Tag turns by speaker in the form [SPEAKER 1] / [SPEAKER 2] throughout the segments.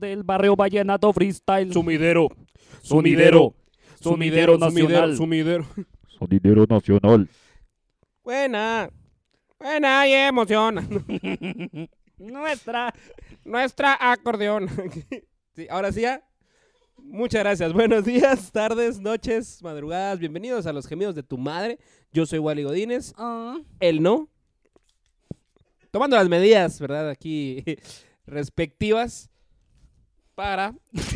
[SPEAKER 1] del barrio vallenato freestyle.
[SPEAKER 2] Sumidero.
[SPEAKER 1] Sumidero. Sumidero nacional.
[SPEAKER 2] Sumidero.
[SPEAKER 3] Sonidero Nacional.
[SPEAKER 4] Buena. Buena y emociona.
[SPEAKER 1] Nuestra.
[SPEAKER 4] Nuestra acordeón. Sí, ahora sí, ya. Muchas gracias. Buenos días, tardes, noches, madrugadas. Bienvenidos a los gemidos de tu madre. Yo soy Wally Godínez. Él no. Tomando las medidas, ¿verdad? Aquí respectivas para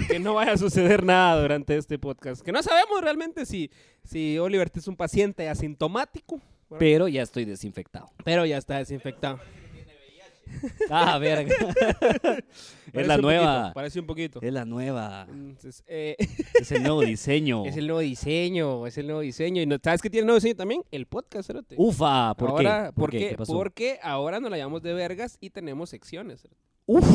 [SPEAKER 4] que no vaya a suceder nada durante este podcast. Que no sabemos realmente si, si Oliver es un paciente asintomático,
[SPEAKER 1] Pero ya estoy desinfectado.
[SPEAKER 4] pero ya está desinfectado.
[SPEAKER 1] Ah, verga. es
[SPEAKER 4] Parece
[SPEAKER 1] la
[SPEAKER 4] un
[SPEAKER 1] nueva.
[SPEAKER 4] poquito, parece un poquito.
[SPEAKER 1] Es la nueva.
[SPEAKER 4] Entonces, eh,
[SPEAKER 1] Es el nuevo diseño.
[SPEAKER 4] Es el nuevo diseño, es el nuevo diseño. ¿Y no, sabes qué tiene nuevo diseño también? El podcast, cerote.
[SPEAKER 1] Ufa, Uh, ¿por
[SPEAKER 4] ahora,
[SPEAKER 1] qué?
[SPEAKER 4] ¿Por qué?
[SPEAKER 1] ¿Qué pasó?
[SPEAKER 4] Porque ahora nos la llamamos de vergas y tenemos secciones. cerote.
[SPEAKER 1] Uf,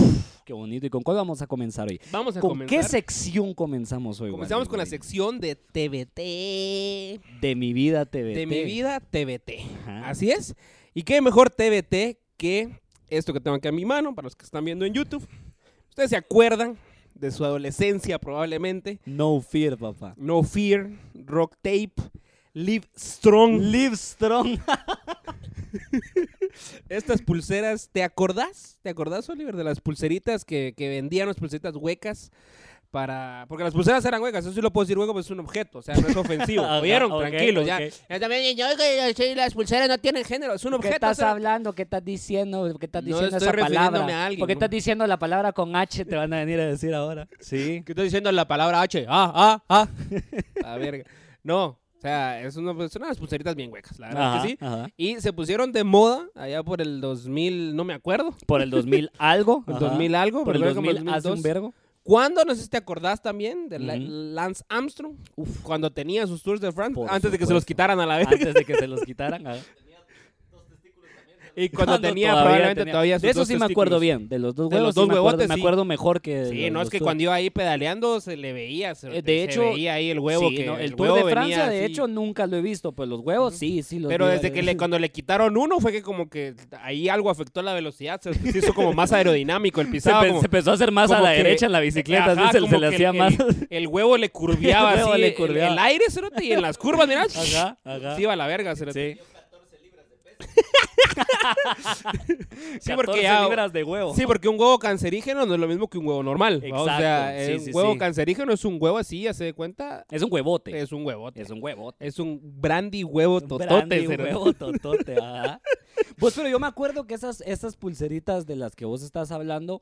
[SPEAKER 1] qué bonito. ¿Y con cuál vamos a comenzar hoy?
[SPEAKER 4] Vamos a
[SPEAKER 1] ¿Con
[SPEAKER 4] comenzar.
[SPEAKER 1] qué sección comenzamos hoy?
[SPEAKER 4] Comenzamos
[SPEAKER 1] Walter?
[SPEAKER 4] con la sección de TBT.
[SPEAKER 1] De mi vida TV.
[SPEAKER 4] De mi vida, TBT.
[SPEAKER 1] Ajá.
[SPEAKER 4] Así es. ¿Y qué mejor TBT que esto que tengo aquí a mi mano para los que están viendo en YouTube? Ustedes se acuerdan de su adolescencia probablemente.
[SPEAKER 1] No fear, papá.
[SPEAKER 4] No Fear, Rock Tape, Live Strong.
[SPEAKER 1] Live strong.
[SPEAKER 4] Estas pulseras, ¿te acordás? ¿Te acordás, Oliver, de las pulseritas que, que vendían las pulseritas huecas? Para... Porque las pulseras eran huecas, eso sí lo puedo decir hueco, pues es un objeto, o sea, no es ofensivo.
[SPEAKER 1] Ah,
[SPEAKER 4] ¿Oyeron?
[SPEAKER 1] ah, ok,
[SPEAKER 4] Tranquilos, ya.
[SPEAKER 1] ok.
[SPEAKER 4] ya. también, yo, que- sí, las pulseras no tienen género, es un
[SPEAKER 1] ¿Qué
[SPEAKER 4] objeto.
[SPEAKER 1] estás
[SPEAKER 4] o sea,
[SPEAKER 1] hablando? ¿Qué estás diciendo? ¿Qué estás
[SPEAKER 4] No
[SPEAKER 1] diciendo
[SPEAKER 4] estoy
[SPEAKER 1] esa
[SPEAKER 4] refiriéndome
[SPEAKER 1] palabra?
[SPEAKER 4] a alguien,
[SPEAKER 1] ¿Por qué
[SPEAKER 4] ¿no?
[SPEAKER 1] estás diciendo la palabra con H? Te van a venir a decir ahora. Sí.
[SPEAKER 4] ¿Qué estás diciendo la palabra H? Ah, ah, ah. La verga. No, o sea, es una, pues, son unas pulseritas bien huecas, la verdad
[SPEAKER 1] Ajá,
[SPEAKER 4] que sí.
[SPEAKER 1] ajá.
[SPEAKER 4] Y se pusieron de moda allá por el 2000, no me acuerdo.
[SPEAKER 1] Por el 2000 algo.
[SPEAKER 4] El
[SPEAKER 1] ajá.
[SPEAKER 4] 2000 algo,
[SPEAKER 1] Por el
[SPEAKER 4] pero creo que
[SPEAKER 1] 2000 hace
[SPEAKER 4] 2002.
[SPEAKER 1] un vergo.
[SPEAKER 4] ¿Cuándo? No sé si te acordás también de la-
[SPEAKER 1] Ujú.
[SPEAKER 4] Lance Armstrong. Cuando tenía sus tours de France.
[SPEAKER 1] Por
[SPEAKER 4] antes de que se los
[SPEAKER 1] supuesto.
[SPEAKER 4] quitaran a la vez.
[SPEAKER 1] Antes de que se los quitaran. ajá.
[SPEAKER 4] Y cuando
[SPEAKER 1] No, no,
[SPEAKER 4] tenía probablemente
[SPEAKER 1] tenía.
[SPEAKER 4] todavía sus
[SPEAKER 1] De eso
[SPEAKER 4] dos
[SPEAKER 1] sí me acuerdo
[SPEAKER 4] testículos.
[SPEAKER 1] bien. De los dos
[SPEAKER 4] De
[SPEAKER 1] huevos.
[SPEAKER 4] los
[SPEAKER 1] sí
[SPEAKER 4] dos
[SPEAKER 1] me acuerdo,
[SPEAKER 4] huevotes,
[SPEAKER 1] Me
[SPEAKER 4] sí.
[SPEAKER 1] acuerdo mejor que.
[SPEAKER 4] Sí,
[SPEAKER 1] los-
[SPEAKER 4] no, es
[SPEAKER 1] los
[SPEAKER 4] que
[SPEAKER 1] tours.
[SPEAKER 4] cuando iba ahí pedaleando se le veía. Se,
[SPEAKER 1] Eh, de
[SPEAKER 4] se
[SPEAKER 1] hecho,
[SPEAKER 4] veía ahí el huevo.
[SPEAKER 1] Sí,
[SPEAKER 4] que
[SPEAKER 1] no,
[SPEAKER 4] el
[SPEAKER 1] el Tour
[SPEAKER 4] huevo
[SPEAKER 1] de Francia,
[SPEAKER 4] venía
[SPEAKER 1] de
[SPEAKER 4] así.
[SPEAKER 1] hecho, nunca lo he visto. Pues los huevos, sí, sí. Los
[SPEAKER 4] Pero
[SPEAKER 1] vi eh.
[SPEAKER 4] desde
[SPEAKER 1] varias
[SPEAKER 4] que le,
[SPEAKER 1] veces.
[SPEAKER 4] cuando le quitaron uno fue que como que ahí algo afectó la velocidad. Se, se hizo como más aerodinámico el
[SPEAKER 1] Se,
[SPEAKER 4] pisado.
[SPEAKER 1] pe-
[SPEAKER 4] como-
[SPEAKER 1] se empezó a hacer más a
[SPEAKER 4] como
[SPEAKER 1] la
[SPEAKER 4] que-
[SPEAKER 1] derecha en la bicicleta.
[SPEAKER 4] Ajá,
[SPEAKER 1] así se,
[SPEAKER 4] como
[SPEAKER 1] se le
[SPEAKER 4] que
[SPEAKER 1] hacía
[SPEAKER 4] el,
[SPEAKER 1] más.
[SPEAKER 4] El, el huevo le curviaba
[SPEAKER 1] El huevo
[SPEAKER 4] así.
[SPEAKER 1] le
[SPEAKER 4] el-
[SPEAKER 1] curviaba.
[SPEAKER 4] El, aire, cerote, y en las curvas, mirá.
[SPEAKER 1] Ajá, ajá.
[SPEAKER 4] Sí, iba a la verga, cerote.
[SPEAKER 1] Sí.
[SPEAKER 4] Sí,
[SPEAKER 1] 14
[SPEAKER 4] porque ya-
[SPEAKER 1] libras de huevo.
[SPEAKER 4] Sí, porque un huevo cancerígeno no es lo mismo que un huevo normal. ¿va? O
[SPEAKER 1] Exacto,
[SPEAKER 4] sea,
[SPEAKER 1] sí,
[SPEAKER 4] eh,
[SPEAKER 1] sí,
[SPEAKER 4] un huevo
[SPEAKER 1] sí.
[SPEAKER 4] cancerígeno es un huevo así, ya se de cuenta,
[SPEAKER 1] Es un huevote.
[SPEAKER 4] es un huevote.
[SPEAKER 1] Es un huevote.
[SPEAKER 4] Es un brandy huevo
[SPEAKER 1] Un
[SPEAKER 4] totote.
[SPEAKER 1] brandy, un
[SPEAKER 4] cerote.
[SPEAKER 1] huevo totote, ajá. Pues, pero yo me acuerdo que esas, esas pulseritas de las que vos estás hablando,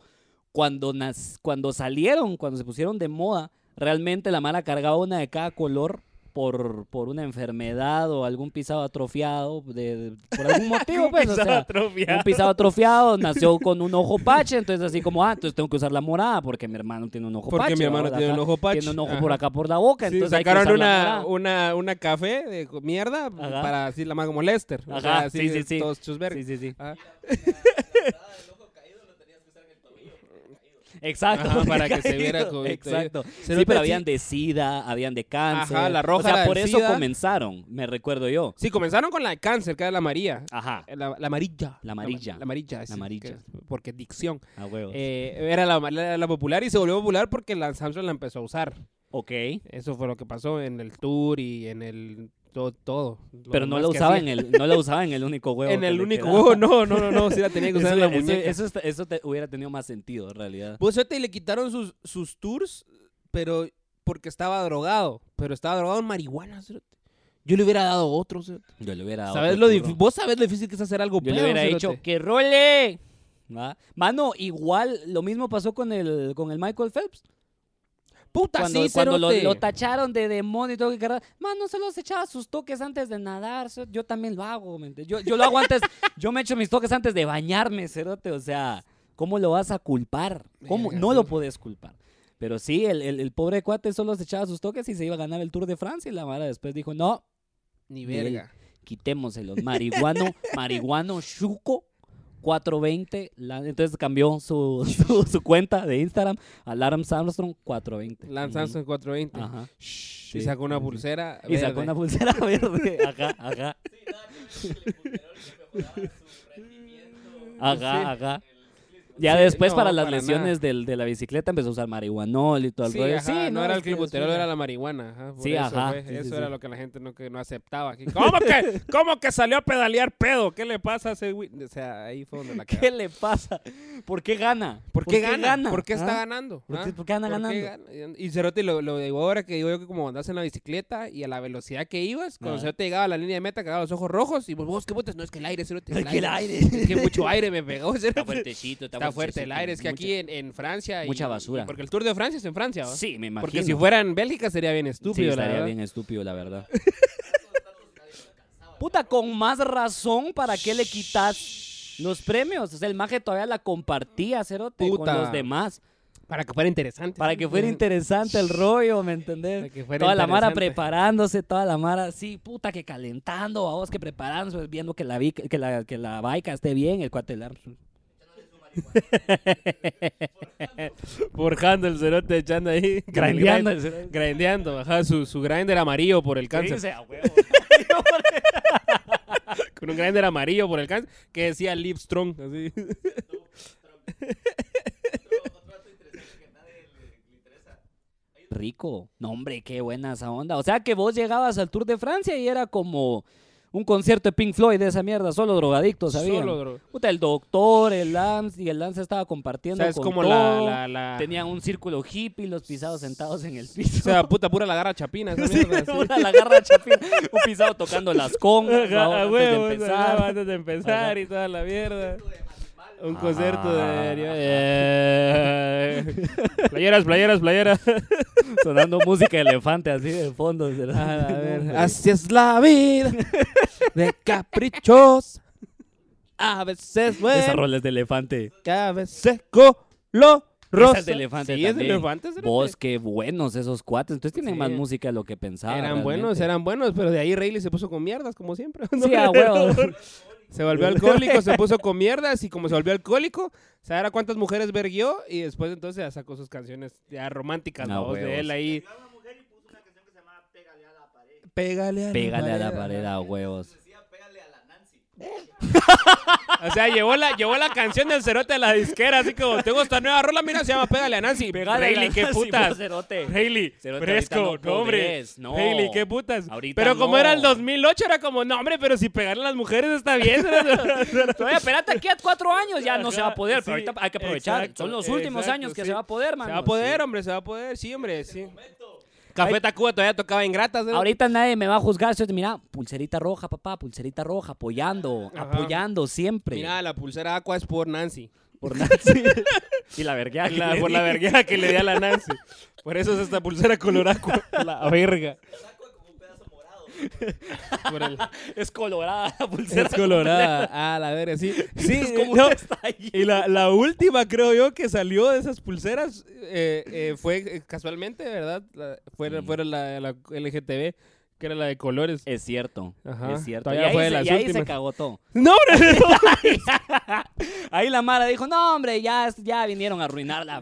[SPEAKER 1] cuando, nas- cuando salieron, cuando se pusieron de moda, realmente la mala cargaba una de cada color por, por una enfermedad o algún pisado atrofiado, de, de- por algún motivo, pues, o
[SPEAKER 2] Pisado
[SPEAKER 1] sea,
[SPEAKER 2] atrofiado.
[SPEAKER 1] un pisado atrofiado, nació con un ojo pache, entonces así como, ah, entonces tengo que usar la morada porque mi hermano tiene un ojo
[SPEAKER 4] Porque
[SPEAKER 1] pache.
[SPEAKER 4] mi hermano
[SPEAKER 1] ¿verdad?
[SPEAKER 4] tiene un
[SPEAKER 1] Ajá,
[SPEAKER 4] ojo pache.
[SPEAKER 1] Tiene un ojo
[SPEAKER 4] Ajá.
[SPEAKER 1] por acá, por la boca,
[SPEAKER 4] Sí,
[SPEAKER 1] entonces hay que
[SPEAKER 4] sacaron
[SPEAKER 1] usar la
[SPEAKER 4] una,
[SPEAKER 1] morada.
[SPEAKER 4] una, una café de co- mierda para así la mago molester. O
[SPEAKER 1] Ajá,
[SPEAKER 4] sea, así
[SPEAKER 1] sí, sí,
[SPEAKER 4] de
[SPEAKER 1] sí.
[SPEAKER 4] todos ah. chus vergas.
[SPEAKER 1] Sí, sí, sí.
[SPEAKER 4] Ajá.
[SPEAKER 1] Mm. Exacto.
[SPEAKER 4] Ajá, para
[SPEAKER 1] porque
[SPEAKER 4] que se viera
[SPEAKER 1] caído,
[SPEAKER 4] como que caído.
[SPEAKER 1] Exacto.
[SPEAKER 4] Cerote,
[SPEAKER 1] sí, pero
[SPEAKER 4] sí.
[SPEAKER 1] habían de sida, habían de cáncer.
[SPEAKER 4] Ajá, la roja
[SPEAKER 1] O sea,
[SPEAKER 4] era
[SPEAKER 1] por
[SPEAKER 4] del
[SPEAKER 1] eso
[SPEAKER 4] sida.
[SPEAKER 1] comenzaron, me recuerdo yo.
[SPEAKER 4] Sí, comenzaron con la de cáncer, que era la María.
[SPEAKER 1] Ajá,
[SPEAKER 4] Eh, La, la amarilla.
[SPEAKER 1] La amarilla.
[SPEAKER 4] La, amarilla. sí,
[SPEAKER 1] amarilla.
[SPEAKER 4] que- porque dicción.
[SPEAKER 1] a huevos.
[SPEAKER 4] Eh, era la, la- la popular y se volvió popular porque Lance Armstrong la empezó a usar.
[SPEAKER 1] ok.
[SPEAKER 4] Eso fue lo que pasó en el tour y en el todo. todo Lo
[SPEAKER 1] Pero no
[SPEAKER 4] demás
[SPEAKER 1] la,
[SPEAKER 4] que
[SPEAKER 1] usaba
[SPEAKER 4] hacía.
[SPEAKER 1] en el, no la usaba en el único huevo.
[SPEAKER 4] En
[SPEAKER 1] que
[SPEAKER 4] el
[SPEAKER 1] le
[SPEAKER 4] único
[SPEAKER 1] quedaba.
[SPEAKER 4] huevo, no, no, no, no, sí la tenía que
[SPEAKER 1] Eso,
[SPEAKER 4] usar en la
[SPEAKER 1] eso-
[SPEAKER 4] muñeca.
[SPEAKER 1] eso está- eso te- hubiera tenido más sentido, en realidad.
[SPEAKER 4] Pues fíjate, y le quitaron sus, sus tours, pero porque estaba drogado. Pero estaba drogado en marihuana, cerote. Yo le hubiera dado otro, cerote.
[SPEAKER 1] Yo le hubiera dado
[SPEAKER 4] ¿Sabes
[SPEAKER 1] Ah, otro
[SPEAKER 4] lo
[SPEAKER 1] puro.
[SPEAKER 4] difí- Vos sabés lo difícil que es hacer algo
[SPEAKER 1] Yo le
[SPEAKER 4] pedo,
[SPEAKER 1] hubiera
[SPEAKER 4] cerote.
[SPEAKER 1] dicho, ¡que role! ¿Va? Mano, igual, lo mismo pasó con el, con el Michael Phelps.
[SPEAKER 4] Puta,
[SPEAKER 1] Cuando,
[SPEAKER 4] sí,
[SPEAKER 1] cuando lo,
[SPEAKER 4] cerote.
[SPEAKER 1] lo tacharon de demonio y todo que carga- Mano, se los echaba sus toques antes de nadar. ce- Yo también lo hago, ¿me entiendes? Yo, yo lo hago antes. yo me echo mis toques antes de bañarme, cerote. O sea, ¿cómo lo vas a culpar? ¿Cómo?
[SPEAKER 4] Verga,
[SPEAKER 1] No lo
[SPEAKER 4] sí.
[SPEAKER 1] puedes culpar. Pero sí, el, el- el pobre cuate solo se echaba sus toques y se iba a ganar el Tour de Francia. Y la mara después dijo, no,
[SPEAKER 4] Ni
[SPEAKER 1] Miguel.
[SPEAKER 4] verga.
[SPEAKER 1] quitémoselos. Marihuano, marihuano, chuco. 420, la- entonces cambió su, su, su cuenta de Instagram a Lance Armstrong 420.
[SPEAKER 4] Lance
[SPEAKER 1] Ujú.
[SPEAKER 4] Armstrong 420.
[SPEAKER 1] Ajá.
[SPEAKER 4] y
[SPEAKER 1] sí,
[SPEAKER 4] sacó una
[SPEAKER 1] sí, sí.
[SPEAKER 4] pulsera.
[SPEAKER 1] Y sacó
[SPEAKER 4] verde.
[SPEAKER 1] una pulsera verde. Ajá, ajá. Ajá, ajá. Ya
[SPEAKER 4] Sí,
[SPEAKER 1] después
[SPEAKER 4] no,
[SPEAKER 1] para las
[SPEAKER 4] para
[SPEAKER 1] lesiones del- de la bicicleta empezó a usar marihuanol y todo el
[SPEAKER 4] Sí,
[SPEAKER 1] rollo.
[SPEAKER 4] ajá, no, era el
[SPEAKER 1] es que
[SPEAKER 4] clibuterol,
[SPEAKER 1] sí.
[SPEAKER 4] era la marihuana. Ajá, por
[SPEAKER 1] Sí,
[SPEAKER 4] eso
[SPEAKER 1] ajá,
[SPEAKER 4] fue,
[SPEAKER 1] sí, sí,
[SPEAKER 4] eso
[SPEAKER 1] sí.
[SPEAKER 4] era lo que la gente no, que no aceptaba. Que, ¿Cómo que, ¿Cómo que salió a pedalear pedo? ¿Qué le pasa a ese güey? O sea, ahí fue donde la
[SPEAKER 1] ¿Qué
[SPEAKER 4] cagaron.
[SPEAKER 1] le pasa? ¿Por qué gana?
[SPEAKER 4] ¿Por qué gana? ¿Por qué está
[SPEAKER 1] ¿Ah?
[SPEAKER 4] ganando?
[SPEAKER 1] ¿Por
[SPEAKER 4] ¿Ah?
[SPEAKER 1] qué- por qué anda ganando?
[SPEAKER 4] gana? Y Cerote, lo, lo digo ahora que digo yo que como andás en la bicicleta y a la velocidad que ibas, cuando
[SPEAKER 1] Ajá.
[SPEAKER 4] Cerote llegaba a la línea de meta, cagaba los ojos rojos y vos, vos, ¿qué putas? No, es que el aire, Cerote.
[SPEAKER 1] Ay, que el aire.
[SPEAKER 4] Es que mucho aire me pegó, Cerote.
[SPEAKER 1] Está fuertecito, está,
[SPEAKER 4] Está fuerte
[SPEAKER 1] fuertecito,
[SPEAKER 4] el aire, es que
[SPEAKER 1] mucha-
[SPEAKER 4] aquí en, en Francia. y-
[SPEAKER 1] mucha
[SPEAKER 4] y-
[SPEAKER 1] basura.
[SPEAKER 4] porque el Tour de Francia es en Francia, ¿va?
[SPEAKER 1] Sí, me imagino.
[SPEAKER 4] Porque si fuera en Bélgica sería bien estúpido,
[SPEAKER 1] sí,
[SPEAKER 4] la
[SPEAKER 1] estaría
[SPEAKER 4] verdad.
[SPEAKER 1] bien estúpido, la verdad. Puta, con más razón, ¿para qué le quitas los premios? O sea, el maje todavía la compartía, Cerote,
[SPEAKER 4] Puta.
[SPEAKER 1] con los demás.
[SPEAKER 4] Para que fuera interesante.
[SPEAKER 1] Para
[SPEAKER 4] sí.
[SPEAKER 1] que fuera interesante el rollo, ¿me entendés?
[SPEAKER 4] Para que fuera
[SPEAKER 1] toda la mara
[SPEAKER 4] interesante.
[SPEAKER 1] preparándose, toda la mara, sí, puta, que calentando, vamos, que preparándose, viendo que la, vi- que la, que la baica esté bien, el cuatelar.
[SPEAKER 4] Forjando el cerote, echando ahí.
[SPEAKER 1] Grandeando
[SPEAKER 4] Grindeando.
[SPEAKER 1] el cerote.
[SPEAKER 4] Grandeando, ajá, su, su grinder amarillo por el cáncer.
[SPEAKER 1] Dice, "A huevo".
[SPEAKER 4] Con un grinder amarillo por el cáncer que decía Live Strong. Así.
[SPEAKER 1] Rico. No, hombre, qué buena esa onda. O sea que vos llegabas al Tour de Francia y era como un concierto de Pink Floyd de esa mierda, solo drogadictos, ¿sabían?
[SPEAKER 4] Solo, bro.
[SPEAKER 1] Puta, el doctor, el Lance, y el Lance estaba
[SPEAKER 4] O
[SPEAKER 1] compartiendo
[SPEAKER 4] sea, es
[SPEAKER 1] con
[SPEAKER 4] como la,
[SPEAKER 1] todo.
[SPEAKER 4] la, la-
[SPEAKER 1] Tenían un círculo hippie, los pisados sentados en el
[SPEAKER 4] O
[SPEAKER 1] piso.
[SPEAKER 4] sea, puta pura la garra chapina. esa
[SPEAKER 1] Sí,
[SPEAKER 4] mierda, así.
[SPEAKER 1] una la garra chapín, un pisado tocando las congas
[SPEAKER 4] Ajá,
[SPEAKER 1] ahora
[SPEAKER 4] a
[SPEAKER 1] antes
[SPEAKER 4] huevo,
[SPEAKER 1] de
[SPEAKER 4] ajá,
[SPEAKER 1] empezar.
[SPEAKER 4] antes de empezar
[SPEAKER 1] Ajá.
[SPEAKER 4] y toda la mierda. Un
[SPEAKER 1] Ajá.
[SPEAKER 4] concierto de... Eh, playeras, playeras, playeras.
[SPEAKER 1] Sonando música de elefante así de fondo.
[SPEAKER 4] A ver,
[SPEAKER 1] ¿verdad?
[SPEAKER 4] así es la vida de caprichos. A veces
[SPEAKER 1] Esas
[SPEAKER 4] bueno,
[SPEAKER 1] rolas de elefante.
[SPEAKER 4] que a veces colorosa.
[SPEAKER 1] Esas de elefante
[SPEAKER 4] Sí, es de
[SPEAKER 1] también.
[SPEAKER 4] elefante. cerote.
[SPEAKER 1] Vos, qué buenos esos cuates. Entonces tienen
[SPEAKER 4] Sí.
[SPEAKER 1] más música de lo que pensaba.
[SPEAKER 4] Eran
[SPEAKER 1] realmente.
[SPEAKER 4] buenos, eran buenos, pero de ahí Rayleigh se puso con mierdas, como siempre.
[SPEAKER 1] Sí, a huevo.
[SPEAKER 4] Se volvió alcohólico, se puso con mierdas y como se volvió alcohólico, se ahora cuántas mujeres verguió y después entonces ya sacó sus canciones ya románticas,
[SPEAKER 1] Ah,
[SPEAKER 4] la voz de
[SPEAKER 1] huevos.
[SPEAKER 4] él ahí. Pégale a la
[SPEAKER 1] Pégale a la
[SPEAKER 4] pared.
[SPEAKER 1] pared a huevos.
[SPEAKER 4] O sea, llevó la, llevó la canción del cerote de la disquera, así como, tengo esta nueva rola, mira, se llama Pégale a Nancy. Rayleigh, qué putas. Hailey,
[SPEAKER 1] Cerote,
[SPEAKER 4] fresco,
[SPEAKER 1] ahorita no
[SPEAKER 4] no, hombre.
[SPEAKER 1] podés, no.
[SPEAKER 4] Hailey, qué putas.
[SPEAKER 1] Ahorita
[SPEAKER 4] Pero como
[SPEAKER 1] no.
[SPEAKER 4] era el 2008, era como, no, hombre, pero si pegarle a las mujeres está bien.
[SPEAKER 1] Todavía, espérate, aquí a cuatro años ya no se va a poder. Pero
[SPEAKER 4] Sí,
[SPEAKER 1] ahorita hay que aprovechar.
[SPEAKER 4] exacto,
[SPEAKER 1] Son los últimos
[SPEAKER 4] exacto,
[SPEAKER 1] años que
[SPEAKER 4] sí.
[SPEAKER 1] se va a poder, man.
[SPEAKER 4] se va a poder, hombre, se va a poder. Sí, hombre, sí. Café Tacuba todavía tocaba en gratas. ¿eh?
[SPEAKER 1] Ahorita nadie me va a juzgar. cerote, Mira, pulserita roja, papá, pulserita roja, apoyando,
[SPEAKER 4] Ajá.
[SPEAKER 1] apoyando siempre.
[SPEAKER 4] Mira, la pulsera Aqua es por Nancy.
[SPEAKER 1] Por Nancy. y la verguea. que
[SPEAKER 4] La-
[SPEAKER 1] le
[SPEAKER 4] por
[SPEAKER 1] di.
[SPEAKER 4] la verguera que le Ah, di a la Nancy. Por eso es esta pulsera coloracua. La verga. Por el-
[SPEAKER 1] Es colorada la pulsera.
[SPEAKER 4] es colorada. Ah, la verga, sí. Sí,
[SPEAKER 1] Es como
[SPEAKER 4] no.
[SPEAKER 1] una estallida.
[SPEAKER 4] Y la, la última, creo yo, que salió de esas pulseras eh, eh, fue eh, casualmente, ¿verdad? La- fue
[SPEAKER 1] Sí.
[SPEAKER 4] fue la, la LGTB, que era la de colores.
[SPEAKER 1] Es cierto,
[SPEAKER 4] Ajá,
[SPEAKER 1] es cierto. Y
[SPEAKER 4] todavía
[SPEAKER 1] ahí,
[SPEAKER 4] fue de
[SPEAKER 1] se,
[SPEAKER 4] las
[SPEAKER 1] y ahí se
[SPEAKER 4] últimas.
[SPEAKER 1] cagó todo.
[SPEAKER 4] ¡No, hombre!
[SPEAKER 1] Ahí la Mara dijo, no, hombre, ya, ya vinieron a arruinar la
[SPEAKER 4] Ya,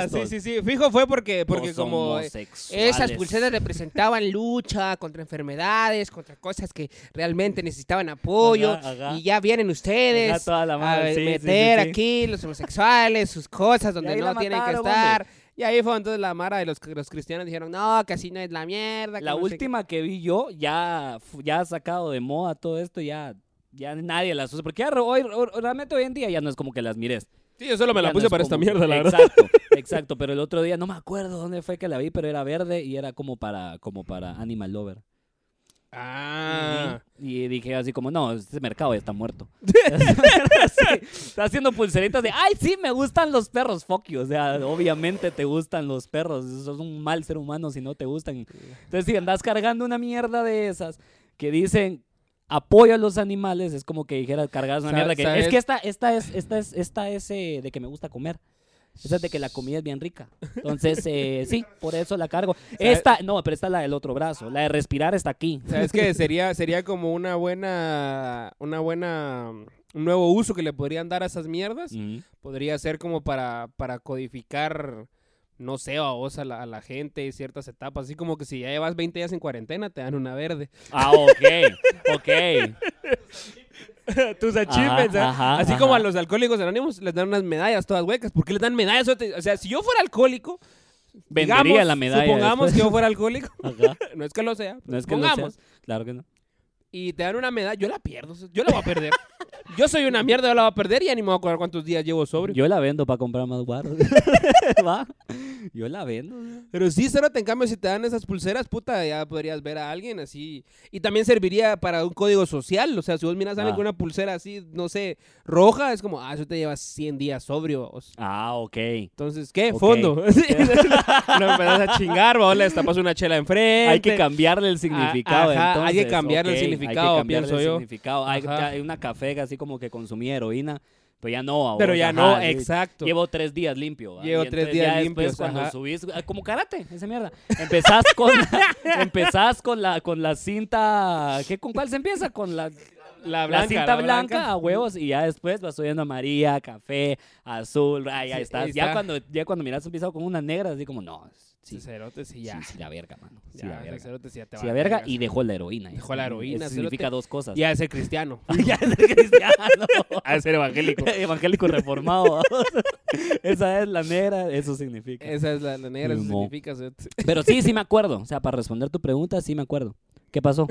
[SPEAKER 1] fiesta, hombre.
[SPEAKER 4] sí, sí, sí. Fijo fue porque, porque
[SPEAKER 1] Los
[SPEAKER 4] como... eh,
[SPEAKER 1] homosexuales.
[SPEAKER 4] Esas pulseras representaban lucha contra enfermedades, contra cosas que realmente necesitaban apoyo.
[SPEAKER 1] Ajá, ajá.
[SPEAKER 4] Y ya vienen ustedes
[SPEAKER 1] Ajá, toda la madre,
[SPEAKER 4] a
[SPEAKER 1] sí, sí,
[SPEAKER 4] meter
[SPEAKER 1] sí, sí.
[SPEAKER 4] aquí los homosexuales, sus cosas
[SPEAKER 1] Y
[SPEAKER 4] donde
[SPEAKER 1] ahí
[SPEAKER 4] no
[SPEAKER 1] la
[SPEAKER 4] tienen
[SPEAKER 1] mataron,
[SPEAKER 4] que
[SPEAKER 1] hombre.
[SPEAKER 4] estar. Y ahí fue entonces la mara de los, los cristianos dijeron, no, que así no es la mierda. que
[SPEAKER 1] La
[SPEAKER 4] no sé
[SPEAKER 1] última que vi yo, ya, fu- ya sacado de moda todo esto, ya, ya nadie las usa. Porque ya re- hoy, hoy- realmente hoy en día ya no es como que las mires.
[SPEAKER 4] qué". Sí, yo solo me la
[SPEAKER 1] Ya no
[SPEAKER 4] puse
[SPEAKER 1] es
[SPEAKER 4] para esta
[SPEAKER 1] como-
[SPEAKER 4] mierda, la verdad.
[SPEAKER 1] Exacto, exacto. Pero el otro día, no me acuerdo dónde fue que la vi, pero era verde y era como para, como para Animal Lover.
[SPEAKER 4] Ah.
[SPEAKER 1] Y dije así como, no, este mercado ya está muerto. Sí, está haciendo pulseritas de, ay, sí, me gustan los perros, fuck you. O sea, obviamente te gustan los perros. Sos un mal ser humano si no te gustan. Entonces, si andas cargando una mierda de esas que dicen apoyo a los animales, es como que dijeras, cargas una
[SPEAKER 4] Sa-
[SPEAKER 1] mierda que...
[SPEAKER 4] ¿sabes?
[SPEAKER 1] Es que esta, esta es, esta es, esta es eh, de que me gusta comer. Esa es de que la comida es bien rica. Entonces, eh, sí, por eso la cargo. Esta, no, pero esta es la del otro brazo. La de respirar está aquí.
[SPEAKER 4] ¿Sabes qué? Sería, sería como una buena, una buena, un nuevo uso que le podrían dar a esas mierdas.
[SPEAKER 1] Ujú.
[SPEAKER 4] podría ser como para, para codificar, no sé, a vos, a la, a la gente y ciertas etapas. Así como que si ya llevas 20 días en cuarentena, te dan una verde.
[SPEAKER 1] Ah, ok, ok.
[SPEAKER 4] Tus achievements.
[SPEAKER 1] Ajá,
[SPEAKER 4] ¿ah?
[SPEAKER 1] ajá,
[SPEAKER 4] Así como
[SPEAKER 1] ajá.
[SPEAKER 4] a los alcohólicos anónimos les dan unas medallas todas huecas. ¿Por qué les dan medallas? O sea, si yo fuera alcohólico,
[SPEAKER 1] Vendería
[SPEAKER 4] digamos,
[SPEAKER 1] la medalla.
[SPEAKER 4] Supongamos
[SPEAKER 1] después.
[SPEAKER 4] que yo fuera alcohólico.
[SPEAKER 1] Ajá.
[SPEAKER 4] No es que lo sea.
[SPEAKER 1] No es que
[SPEAKER 4] supongamos.
[SPEAKER 1] lo seas. Claro que no.
[SPEAKER 4] y te dan una medalla, yo la pierdo. Yo la voy a perder. yo soy una mierda, yo la voy a perder y ya ni me voy a acordar cuántos días llevo sobrio.
[SPEAKER 1] Yo la vendo para comprar más guaro. Va. Yo la vendo.
[SPEAKER 4] Pero sí, Cerote, en cambio, si te dan esas pulseras, puta, ya podrías ver a alguien así. Y también serviría para un código social. O sea, si vos miras a alguien
[SPEAKER 1] Ah.
[SPEAKER 4] con una pulsera así, no sé, roja, es como, ah, eso te lleva 100 días sobrio. vos.
[SPEAKER 1] Ah, ok.
[SPEAKER 4] Entonces, ¿qué?
[SPEAKER 1] Ok.
[SPEAKER 4] Fondo. Sí, no empezás a chingar, vos le destapas una chela enfrente.
[SPEAKER 1] Hay que cambiarle el significado.
[SPEAKER 4] Este, ajá,
[SPEAKER 1] entonces.
[SPEAKER 4] hay que cambiarle el
[SPEAKER 1] ok,
[SPEAKER 4] significado,
[SPEAKER 1] Hay que cambiarle
[SPEAKER 4] pienso
[SPEAKER 1] el
[SPEAKER 4] yo.
[SPEAKER 1] significado. Hay,
[SPEAKER 4] Ajá.
[SPEAKER 1] ya hay una café así como que consumía heroína, pero ya no. a
[SPEAKER 4] Pero
[SPEAKER 1] vos,
[SPEAKER 4] ya
[SPEAKER 1] ajá,
[SPEAKER 4] no,
[SPEAKER 1] sí.
[SPEAKER 4] exacto.
[SPEAKER 1] Llevo tres días limpio. ¿va?
[SPEAKER 4] Llevo
[SPEAKER 1] Y
[SPEAKER 4] tres
[SPEAKER 1] entonces
[SPEAKER 4] días
[SPEAKER 1] ya después
[SPEAKER 4] limpios,
[SPEAKER 1] cuando
[SPEAKER 4] ajá.
[SPEAKER 1] subís, ah, como karate, esa mierda. Empezás con, empezás con la, con la cinta, ¿qué, ¿con cuál se empieza? Con la,
[SPEAKER 4] La,
[SPEAKER 1] la cinta blanca, a huevos y ya después vas subiendo amarilla, café, azul, ay, ahí
[SPEAKER 4] Sí,
[SPEAKER 1] estás.
[SPEAKER 4] ahí
[SPEAKER 1] ya
[SPEAKER 4] está.
[SPEAKER 1] cuando ya cuando miras un pisado con una negra, así como, no, sí,
[SPEAKER 4] Sí,
[SPEAKER 1] sí,
[SPEAKER 4] cerote, sí, ya.
[SPEAKER 1] sí, la verga, mano. Sí,
[SPEAKER 4] Ya,
[SPEAKER 1] la
[SPEAKER 4] ese
[SPEAKER 1] verga.
[SPEAKER 4] cerote sí ya te
[SPEAKER 1] Sí,
[SPEAKER 4] va
[SPEAKER 1] la
[SPEAKER 4] a
[SPEAKER 1] verga
[SPEAKER 4] verga.
[SPEAKER 1] y dejó la heroína.
[SPEAKER 4] Dejó la heroína,
[SPEAKER 1] Eso significa
[SPEAKER 4] cerote.
[SPEAKER 1] dos cosas.
[SPEAKER 4] Ya es ser cristiano.
[SPEAKER 1] Ya es cristiano.
[SPEAKER 4] a ser evangélico.
[SPEAKER 1] Evangélico reformado. vamos. Esa es la negra, eso significa.
[SPEAKER 4] Esa es la, la negra, eso
[SPEAKER 1] No.
[SPEAKER 4] significa. cerote.
[SPEAKER 1] Pero sí, sí me acuerdo. O sea, para responder tu pregunta, sí me acuerdo. ¿Qué pasó?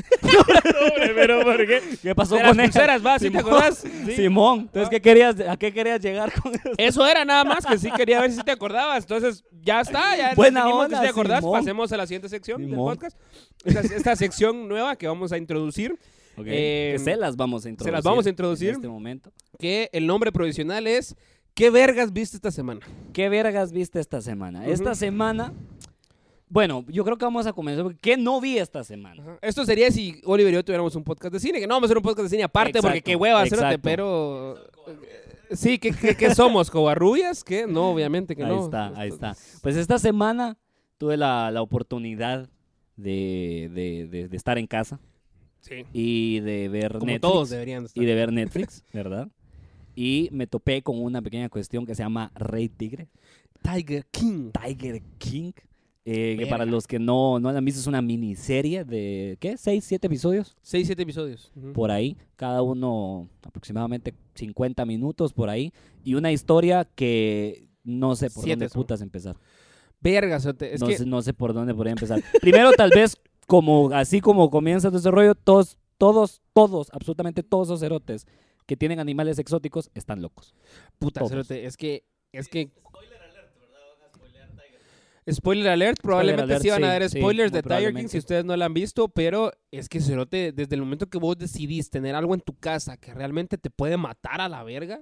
[SPEAKER 4] Pero ¿por qué?
[SPEAKER 1] ¿Qué pasó
[SPEAKER 4] De las
[SPEAKER 1] con ella?
[SPEAKER 4] pulseras, va, ¿sí te
[SPEAKER 1] Simón.
[SPEAKER 4] acordás? Sí. Ah.
[SPEAKER 1] Simón, entonces, ¿qué querías, ¿a qué querías llegar con eso?
[SPEAKER 4] Eso era nada más que sí quería ver si te acordabas. Entonces, ya está, ya
[SPEAKER 1] Buena
[SPEAKER 4] definimos que
[SPEAKER 1] onda,
[SPEAKER 4] si te acordás.
[SPEAKER 1] Simón.
[SPEAKER 4] Pasemos a la siguiente sección del
[SPEAKER 1] Simón.
[SPEAKER 4] podcast. Esta, esta sección nueva que vamos a introducir,
[SPEAKER 1] Ok,
[SPEAKER 4] Eh,
[SPEAKER 1] que se las vamos a introducir.
[SPEAKER 4] las vamos a introducir.
[SPEAKER 1] En este momento.
[SPEAKER 4] que el nombre provisional es ¿Qué vergas viste esta semana?
[SPEAKER 1] ¿Qué vergas viste esta semana? Esta
[SPEAKER 4] Ujú.
[SPEAKER 1] semana. Bueno, yo creo que vamos a comenzar. porque ¿Qué no vi esta semana?
[SPEAKER 4] Esto sería si Oliver y yo tuviéramos un podcast de cine, que no vamos a hacer un podcast de cine aparte, porque
[SPEAKER 1] Exacto,
[SPEAKER 4] qué hueva hacerte,
[SPEAKER 1] exacto.
[SPEAKER 4] pero... eh, Sí, ¿qué, qué, qué somos? ¿Covarrubias? ¿Qué? No, obviamente que
[SPEAKER 1] ahí
[SPEAKER 4] no.
[SPEAKER 1] está, ahí está. Pues esta semana tuve la, la oportunidad de, de- de- de estar en casa
[SPEAKER 4] Sí.
[SPEAKER 1] y de ver
[SPEAKER 4] Como
[SPEAKER 1] Netflix.
[SPEAKER 4] todos deberían estar.
[SPEAKER 1] y de ver Netflix, ¿verdad? Y me topé con una pequeña cuestión que se llama Rey Tigre.
[SPEAKER 4] Tiger King.
[SPEAKER 1] Tiger King. eh, que para
[SPEAKER 4] Verga.
[SPEAKER 1] los que no, no la han visto, es una miniserie de, ¿qué? ¿Seis, siete episodios?
[SPEAKER 4] Seis, siete episodios. Ujú.
[SPEAKER 1] por ahí, cada uno aproximadamente 50 minutos por ahí, y una historia que no sé por
[SPEAKER 4] Siete
[SPEAKER 1] dónde
[SPEAKER 4] son.
[SPEAKER 1] putas empezar.
[SPEAKER 4] Vergas, Ote, es
[SPEAKER 1] no,
[SPEAKER 4] que...
[SPEAKER 1] sé, no sé por dónde podría empezar. Primero, tal vez, como así como comienza todo ese rollo, todos, todos, todos, absolutamente todos los cerotes que tienen animales exóticos están locos.
[SPEAKER 4] Puta,
[SPEAKER 1] Todos.
[SPEAKER 4] cerote, es que, es que... Spoiler alert, probablemente
[SPEAKER 1] alert,
[SPEAKER 4] sí van a
[SPEAKER 1] sí,
[SPEAKER 4] dar
[SPEAKER 1] sí,
[SPEAKER 4] spoilers
[SPEAKER 1] muy
[SPEAKER 4] de Tiger King
[SPEAKER 1] probablemente.
[SPEAKER 4] si ustedes no la han visto, pero es que Cerote, desde el momento que vos decidís tener algo en tu casa que realmente te puede matar a la verga,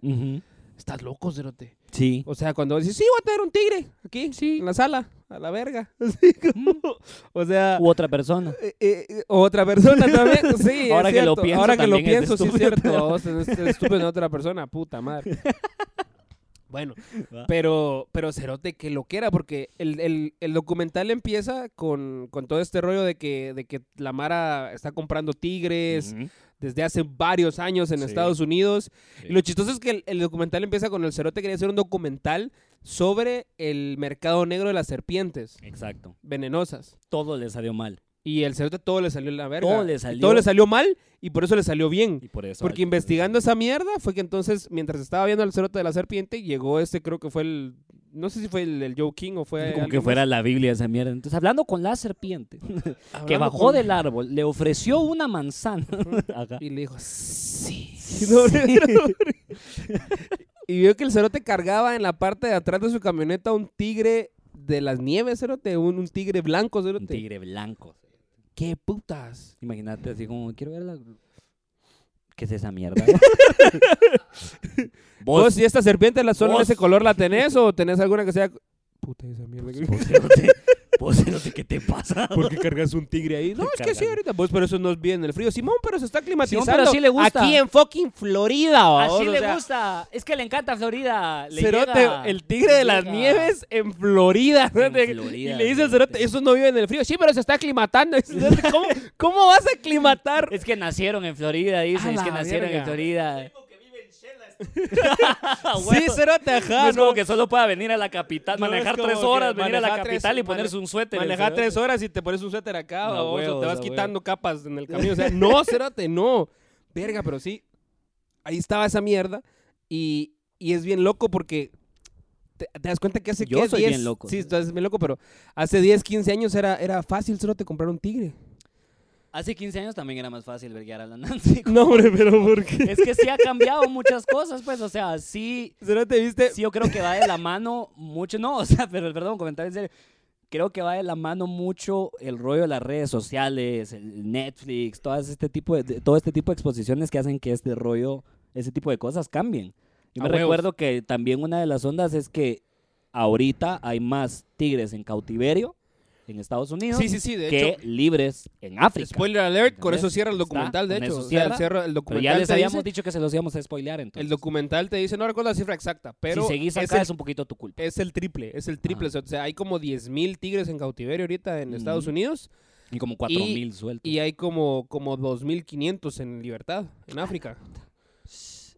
[SPEAKER 4] estás loco, Cerote.
[SPEAKER 1] Sí.
[SPEAKER 4] O sea, cuando decís, sí, voy a tener un tigre aquí, sí. en la sala, a la verga. Así
[SPEAKER 1] Mm.
[SPEAKER 4] como- o sea,
[SPEAKER 1] U otra persona.
[SPEAKER 4] eh, eh, eh, otra persona también. Sí, es
[SPEAKER 1] Ahora que lo
[SPEAKER 4] cierto.
[SPEAKER 1] pienso,
[SPEAKER 4] Ahora que lo
[SPEAKER 1] también es
[SPEAKER 4] pienso, sí es
[SPEAKER 1] estúpido,
[SPEAKER 4] cierto.
[SPEAKER 1] pero-
[SPEAKER 4] O sea, es- es estúpido en otra persona, puta madre. Bueno,
[SPEAKER 1] Va.
[SPEAKER 4] pero, pero Cerote, que lo que era, porque el, el- el documental empieza con, con todo este rollo de que, de que la Mara está comprando tigres
[SPEAKER 1] Ujú.
[SPEAKER 4] desde hace varios años en
[SPEAKER 1] Sí.
[SPEAKER 4] Estados Unidos.
[SPEAKER 1] Sí.
[SPEAKER 4] Y lo chistoso es que el, el documental empieza con el Cerote quería hacer un documental sobre el mercado negro de las serpientes
[SPEAKER 1] Exacto.
[SPEAKER 4] venenosas.
[SPEAKER 1] Todo le salió mal.
[SPEAKER 4] Y el cerote todo le salió en la verga.
[SPEAKER 1] Todo le
[SPEAKER 4] Y
[SPEAKER 1] salió-
[SPEAKER 4] todo le salió mal y por eso le salió bien.
[SPEAKER 1] Y por eso.
[SPEAKER 4] Porque investigando esa mierda fue que entonces, mientras estaba viendo el cerote de la serpiente, llegó este, creo que fue el. No sé si fue el, el Joe King o fue.
[SPEAKER 1] Como
[SPEAKER 4] alguien
[SPEAKER 1] que fuera la Biblia esa mierda. Entonces, hablando con la serpiente.
[SPEAKER 4] más.
[SPEAKER 1] que
[SPEAKER 4] Hablando
[SPEAKER 1] bajó
[SPEAKER 4] con-
[SPEAKER 1] del árbol, le ofreció una manzana. Ajá.
[SPEAKER 4] Y le dijo, sí.
[SPEAKER 1] Sí.
[SPEAKER 4] No, no, no. y vio que el cerote cargaba en la parte de atrás de su camioneta un tigre de las nieves, cerote. Un, un tigre blanco, cerote.
[SPEAKER 1] Un tigre blanco.
[SPEAKER 4] ¿Qué putas?
[SPEAKER 1] Imagínate así como, quiero ver la... ¿Qué es esa mierda?
[SPEAKER 4] ¿Vos, si esta serpiente la solo en
[SPEAKER 1] vos-
[SPEAKER 4] ese color la tenés o tenés alguna que sea. Puta esa mierda. que-
[SPEAKER 1] vos, cerote, vos, cerote, ¿qué te pasa?
[SPEAKER 4] ¿Por qué cargas un tigre ahí? No, es que sí,
[SPEAKER 1] Cargando.
[SPEAKER 4] ahorita. Pues, pero eso nos viene en el frío. Simón, pero se está climatizando.
[SPEAKER 1] pero sí le gusta.
[SPEAKER 4] Aquí en fucking Florida, babos,
[SPEAKER 1] Así
[SPEAKER 4] o
[SPEAKER 1] le
[SPEAKER 4] sea,
[SPEAKER 1] gusta. Es que le encanta Florida. Le
[SPEAKER 4] Cerote,
[SPEAKER 1] llega.
[SPEAKER 4] el tigre de las
[SPEAKER 1] Llega.
[SPEAKER 4] nieves en Florida. cerote.
[SPEAKER 1] Florida,
[SPEAKER 4] y le dice al
[SPEAKER 1] cerote.
[SPEAKER 4] cerote, eso no vive en el frío. Sí, pero se está aclimatando. Y cerote, ¿Cómo, ¿Cómo vas a aclimatar?
[SPEAKER 1] Es que nacieron en Florida,
[SPEAKER 4] A
[SPEAKER 1] dicen. Es que
[SPEAKER 4] la
[SPEAKER 1] nacieron
[SPEAKER 4] verga.
[SPEAKER 1] en Florida. ah,
[SPEAKER 4] sí, cerote, ajá.
[SPEAKER 1] No es
[SPEAKER 4] no.
[SPEAKER 1] como que solo pueda venir a la capital,
[SPEAKER 4] No es
[SPEAKER 1] manejar
[SPEAKER 4] como
[SPEAKER 1] tres
[SPEAKER 4] que
[SPEAKER 1] horas, venir a la
[SPEAKER 4] manejar tres-
[SPEAKER 1] capital y
[SPEAKER 4] mane-
[SPEAKER 1] ponerse un suéter.
[SPEAKER 4] Manejar
[SPEAKER 1] cerote.
[SPEAKER 4] tres horas y te pones un suéter acá,
[SPEAKER 1] No,
[SPEAKER 4] baboso,
[SPEAKER 1] huevos,
[SPEAKER 4] te vas
[SPEAKER 1] no,
[SPEAKER 4] quitando capas en el camino. O sea, no, cerote, no. Verga, pero sí. ahí estaba esa mierda y, y es bien loco porque te, te das cuenta que hace
[SPEAKER 1] Yo
[SPEAKER 4] ¿qué?
[SPEAKER 1] soy
[SPEAKER 4] 10?
[SPEAKER 1] bien loco.
[SPEAKER 4] Sí, tú eres bien loco, pero hace 10, 15 años era, era fácil solo te comprar un tigre.
[SPEAKER 1] Hace 15 años también era más fácil verguiar a la Nancy.
[SPEAKER 4] No, hombre, pero ¿por qué?
[SPEAKER 1] Es que sí ha cambiado muchas cosas, pues, o sea, sí,
[SPEAKER 4] Solo te viste...
[SPEAKER 1] sí yo creo que va de la mano mucho, no, o sea, pero perdón, comentario en serio. Creo que va de la mano mucho el rollo de las redes sociales, el Netflix, todas este tipo de, de- todo este tipo de exposiciones que hacen que este rollo, ese tipo de cosas cambien. Yo
[SPEAKER 4] A
[SPEAKER 1] me
[SPEAKER 4] huevos.
[SPEAKER 1] recuerdo que también una de las ondas es que ahorita hay más tigres en cautiverio en Estados Unidos
[SPEAKER 4] Sí, sí, sí, de
[SPEAKER 1] que
[SPEAKER 4] hecho...
[SPEAKER 1] libres en África.
[SPEAKER 4] Spoiler alert, con
[SPEAKER 1] ¿Entendés?
[SPEAKER 4] eso cierra el
[SPEAKER 1] Está,
[SPEAKER 4] documental, de
[SPEAKER 1] con
[SPEAKER 4] hecho.
[SPEAKER 1] eso
[SPEAKER 4] O sea,
[SPEAKER 1] cierra,
[SPEAKER 4] cierra el
[SPEAKER 1] Pero
[SPEAKER 4] documental
[SPEAKER 1] ya les
[SPEAKER 4] te
[SPEAKER 1] habíamos
[SPEAKER 4] dice-
[SPEAKER 1] dicho que se los íbamos a spoilear entonces.
[SPEAKER 4] El documental te dice, no recuerdo la cifra exacta, pero
[SPEAKER 1] si seguís
[SPEAKER 4] es,
[SPEAKER 1] acá es,
[SPEAKER 4] el,
[SPEAKER 1] un poquito tu culpa.
[SPEAKER 4] es el triple, es el triple. O sea, hay como 10.000 tigres en cautiverio ahorita en Estados
[SPEAKER 1] Ujú.
[SPEAKER 4] Unidos
[SPEAKER 1] Y como 4000 sueltos.
[SPEAKER 4] y hay como, como 2.500 en libertad en
[SPEAKER 1] Ah,
[SPEAKER 4] África.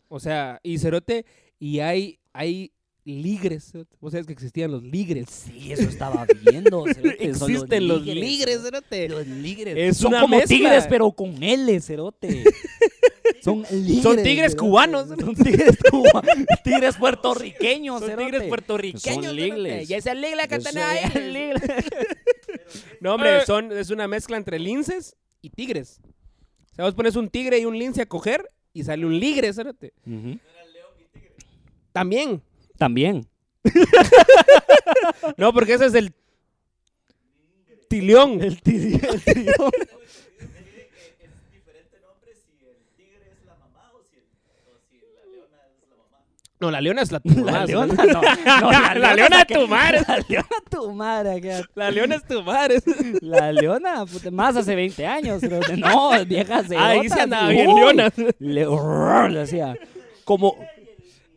[SPEAKER 4] O sea, y cerote, y hay, hay ligres. cerote. Vos sabés que existían los ligres.
[SPEAKER 1] Sí, eso estaba viendo. cerote, son
[SPEAKER 4] Existen los ligres, cerote.
[SPEAKER 1] Los ligres.
[SPEAKER 4] Es
[SPEAKER 1] son
[SPEAKER 4] una
[SPEAKER 1] como
[SPEAKER 4] mezcla.
[SPEAKER 1] tigres, pero con L, cerote. Son ligres.
[SPEAKER 4] Son tigres
[SPEAKER 1] cerote.
[SPEAKER 4] cubanos.
[SPEAKER 1] Son tigres cubanos. tigres puertorriqueños,
[SPEAKER 4] Son
[SPEAKER 1] cerote.
[SPEAKER 4] tigres puertorriqueños.
[SPEAKER 1] Son
[SPEAKER 4] cerote.
[SPEAKER 1] ligres.
[SPEAKER 4] Y esa ligla
[SPEAKER 1] Yo
[SPEAKER 4] que están
[SPEAKER 1] soy
[SPEAKER 4] ahí.
[SPEAKER 1] el ligre.
[SPEAKER 4] No, hombre,
[SPEAKER 1] Eh.
[SPEAKER 4] son, es una mezcla entre linces y tigres. O sea, vos pones un tigre y un lince a coger y sale un ligre, espérate.
[SPEAKER 1] Ujú.
[SPEAKER 4] También.
[SPEAKER 1] También.
[SPEAKER 4] No, porque ese es el tilión.
[SPEAKER 1] El tigre.
[SPEAKER 4] No, la leona es la tu
[SPEAKER 1] La
[SPEAKER 4] mamá,
[SPEAKER 1] leona,
[SPEAKER 4] ¿no?
[SPEAKER 1] no. no,
[SPEAKER 4] La leona
[SPEAKER 1] saqué-
[SPEAKER 4] tu madre.
[SPEAKER 1] La leona tu madre. acá.
[SPEAKER 4] La leona es tu madre.
[SPEAKER 1] La leona, puta, más hace 20 años. pero de- no, vieja se.
[SPEAKER 4] Ah, Ahí se andaba bien leona.
[SPEAKER 1] Le, rrr, le hacía. Como,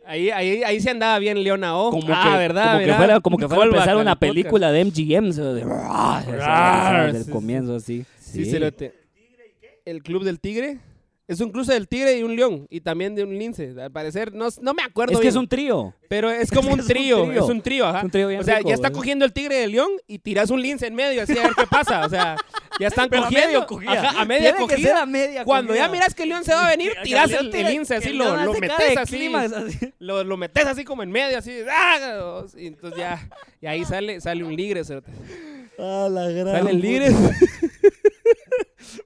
[SPEAKER 4] Ahí, ahí, ahí se andaba bien leona O.
[SPEAKER 1] como
[SPEAKER 4] ah,
[SPEAKER 1] que,
[SPEAKER 4] ¿verdad?
[SPEAKER 1] como que
[SPEAKER 4] ¿verdad?
[SPEAKER 1] fuera, como que fuera a
[SPEAKER 4] Callback
[SPEAKER 1] empezar
[SPEAKER 4] al
[SPEAKER 1] una
[SPEAKER 4] podcast.
[SPEAKER 1] película de MGM. se lo de- rrr, se lo hacía desde
[SPEAKER 4] sí,
[SPEAKER 1] el comienzo así.
[SPEAKER 4] Sí, se lo te- El club del tigre. Es un cruce del tigre y un león. Y también de un lince. Al parecer, no, no me acuerdo
[SPEAKER 1] Es que
[SPEAKER 4] bien.
[SPEAKER 1] es un trío.
[SPEAKER 4] Pero es como
[SPEAKER 1] Es
[SPEAKER 4] un
[SPEAKER 1] un
[SPEAKER 4] trío,
[SPEAKER 1] trío.
[SPEAKER 4] es un trío, ajá.
[SPEAKER 1] Es un trío bien
[SPEAKER 4] o sea,
[SPEAKER 1] rico,
[SPEAKER 4] ya está
[SPEAKER 1] ¿verdad?
[SPEAKER 4] cogiendo el tigre del león y tiras un lince en medio así a ver qué pasa. O sea, ya están cogiendo. ajá, a media
[SPEAKER 1] Tiene que
[SPEAKER 4] cogida.
[SPEAKER 1] ser a media
[SPEAKER 4] Cuando ya
[SPEAKER 1] cogida.
[SPEAKER 4] miras que el león se va a venir,
[SPEAKER 1] Que
[SPEAKER 4] tiras
[SPEAKER 1] león
[SPEAKER 4] el,
[SPEAKER 1] tira-
[SPEAKER 4] el lince
[SPEAKER 1] que
[SPEAKER 4] así,
[SPEAKER 1] el
[SPEAKER 4] lo,
[SPEAKER 1] león
[SPEAKER 4] lo
[SPEAKER 1] hace cara
[SPEAKER 4] metes
[SPEAKER 1] de
[SPEAKER 4] así.
[SPEAKER 1] clímax, así.
[SPEAKER 4] Lo, lo metes así como en medio, así. ¡ah! Y entonces ya, y ahí sale, sale un ligre, cerote.
[SPEAKER 1] Ah, la gran
[SPEAKER 4] Salen
[SPEAKER 1] puta.
[SPEAKER 4] libres.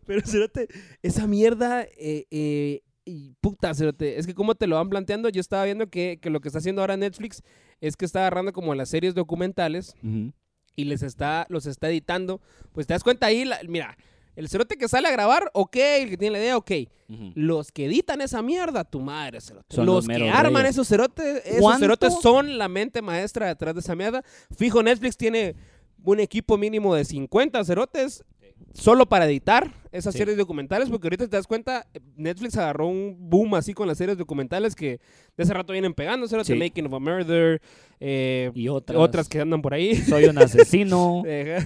[SPEAKER 4] Pero, Cerote, esa mierda, eh, eh, y puta, Cerote, es que como te lo van planteando, yo estaba viendo que, que lo que está haciendo ahora Netflix es que está agarrando como las series documentales
[SPEAKER 1] Ujú.
[SPEAKER 4] y les está, los está editando. Pues te das cuenta ahí, la- mira, el Cerote que sale a grabar, ok, el que tiene la idea, ok.
[SPEAKER 1] Ujú.
[SPEAKER 4] Los que editan esa mierda, tu madre, Cerote.
[SPEAKER 1] Son
[SPEAKER 4] los
[SPEAKER 1] los
[SPEAKER 4] que
[SPEAKER 1] meros
[SPEAKER 4] arman
[SPEAKER 1] reyes.
[SPEAKER 4] esos cerotes, esos
[SPEAKER 1] ¿Cuánto?
[SPEAKER 4] cerotes son la mente maestra detrás de esa mierda. Fijo, Netflix tiene un equipo mínimo de 50 cerotes solo para editar esas
[SPEAKER 1] Sí.
[SPEAKER 4] series documentales, porque ahorita te das cuenta, Netflix agarró un boom así con las series documentales que de ese rato vienen pegando, cerote,
[SPEAKER 1] Sí.
[SPEAKER 4] Making of a Murder, eh,
[SPEAKER 1] Y otras.
[SPEAKER 4] otras. que andan por ahí.
[SPEAKER 1] Soy un asesino.
[SPEAKER 4] Eh,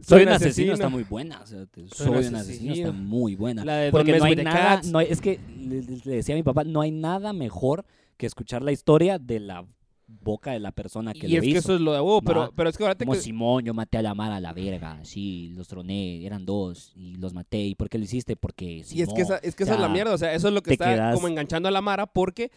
[SPEAKER 1] Soy un asesino, está muy buena. o sea, te-
[SPEAKER 4] Soy un
[SPEAKER 1] Soy, un asesino,
[SPEAKER 4] asesino.
[SPEAKER 1] está muy buena.
[SPEAKER 4] La de Don't
[SPEAKER 1] Porque
[SPEAKER 4] Mess
[SPEAKER 1] no hay
[SPEAKER 4] with the
[SPEAKER 1] nada,
[SPEAKER 4] Cats.
[SPEAKER 1] no hay- es que le, le decía a mi papá, no hay nada mejor que escuchar la historia de la boca de la persona que
[SPEAKER 4] Y
[SPEAKER 1] lo
[SPEAKER 4] es
[SPEAKER 1] hizo.
[SPEAKER 4] que eso es lo de huevo, pero,
[SPEAKER 1] Va.
[SPEAKER 4] pero es que ahora te
[SPEAKER 1] Como Simón, yo maté a la mar a la verga, sí, los troné, eran dos, y los maté. ¿Y por qué lo hiciste? Porque
[SPEAKER 4] Y es que esa,
[SPEAKER 1] Simón,
[SPEAKER 4] es que
[SPEAKER 1] o
[SPEAKER 4] esa es la
[SPEAKER 1] sea,
[SPEAKER 4] mierda, o sea, eso es lo que
[SPEAKER 1] te
[SPEAKER 4] está
[SPEAKER 1] quedas-
[SPEAKER 4] como enganchando a la Mara porque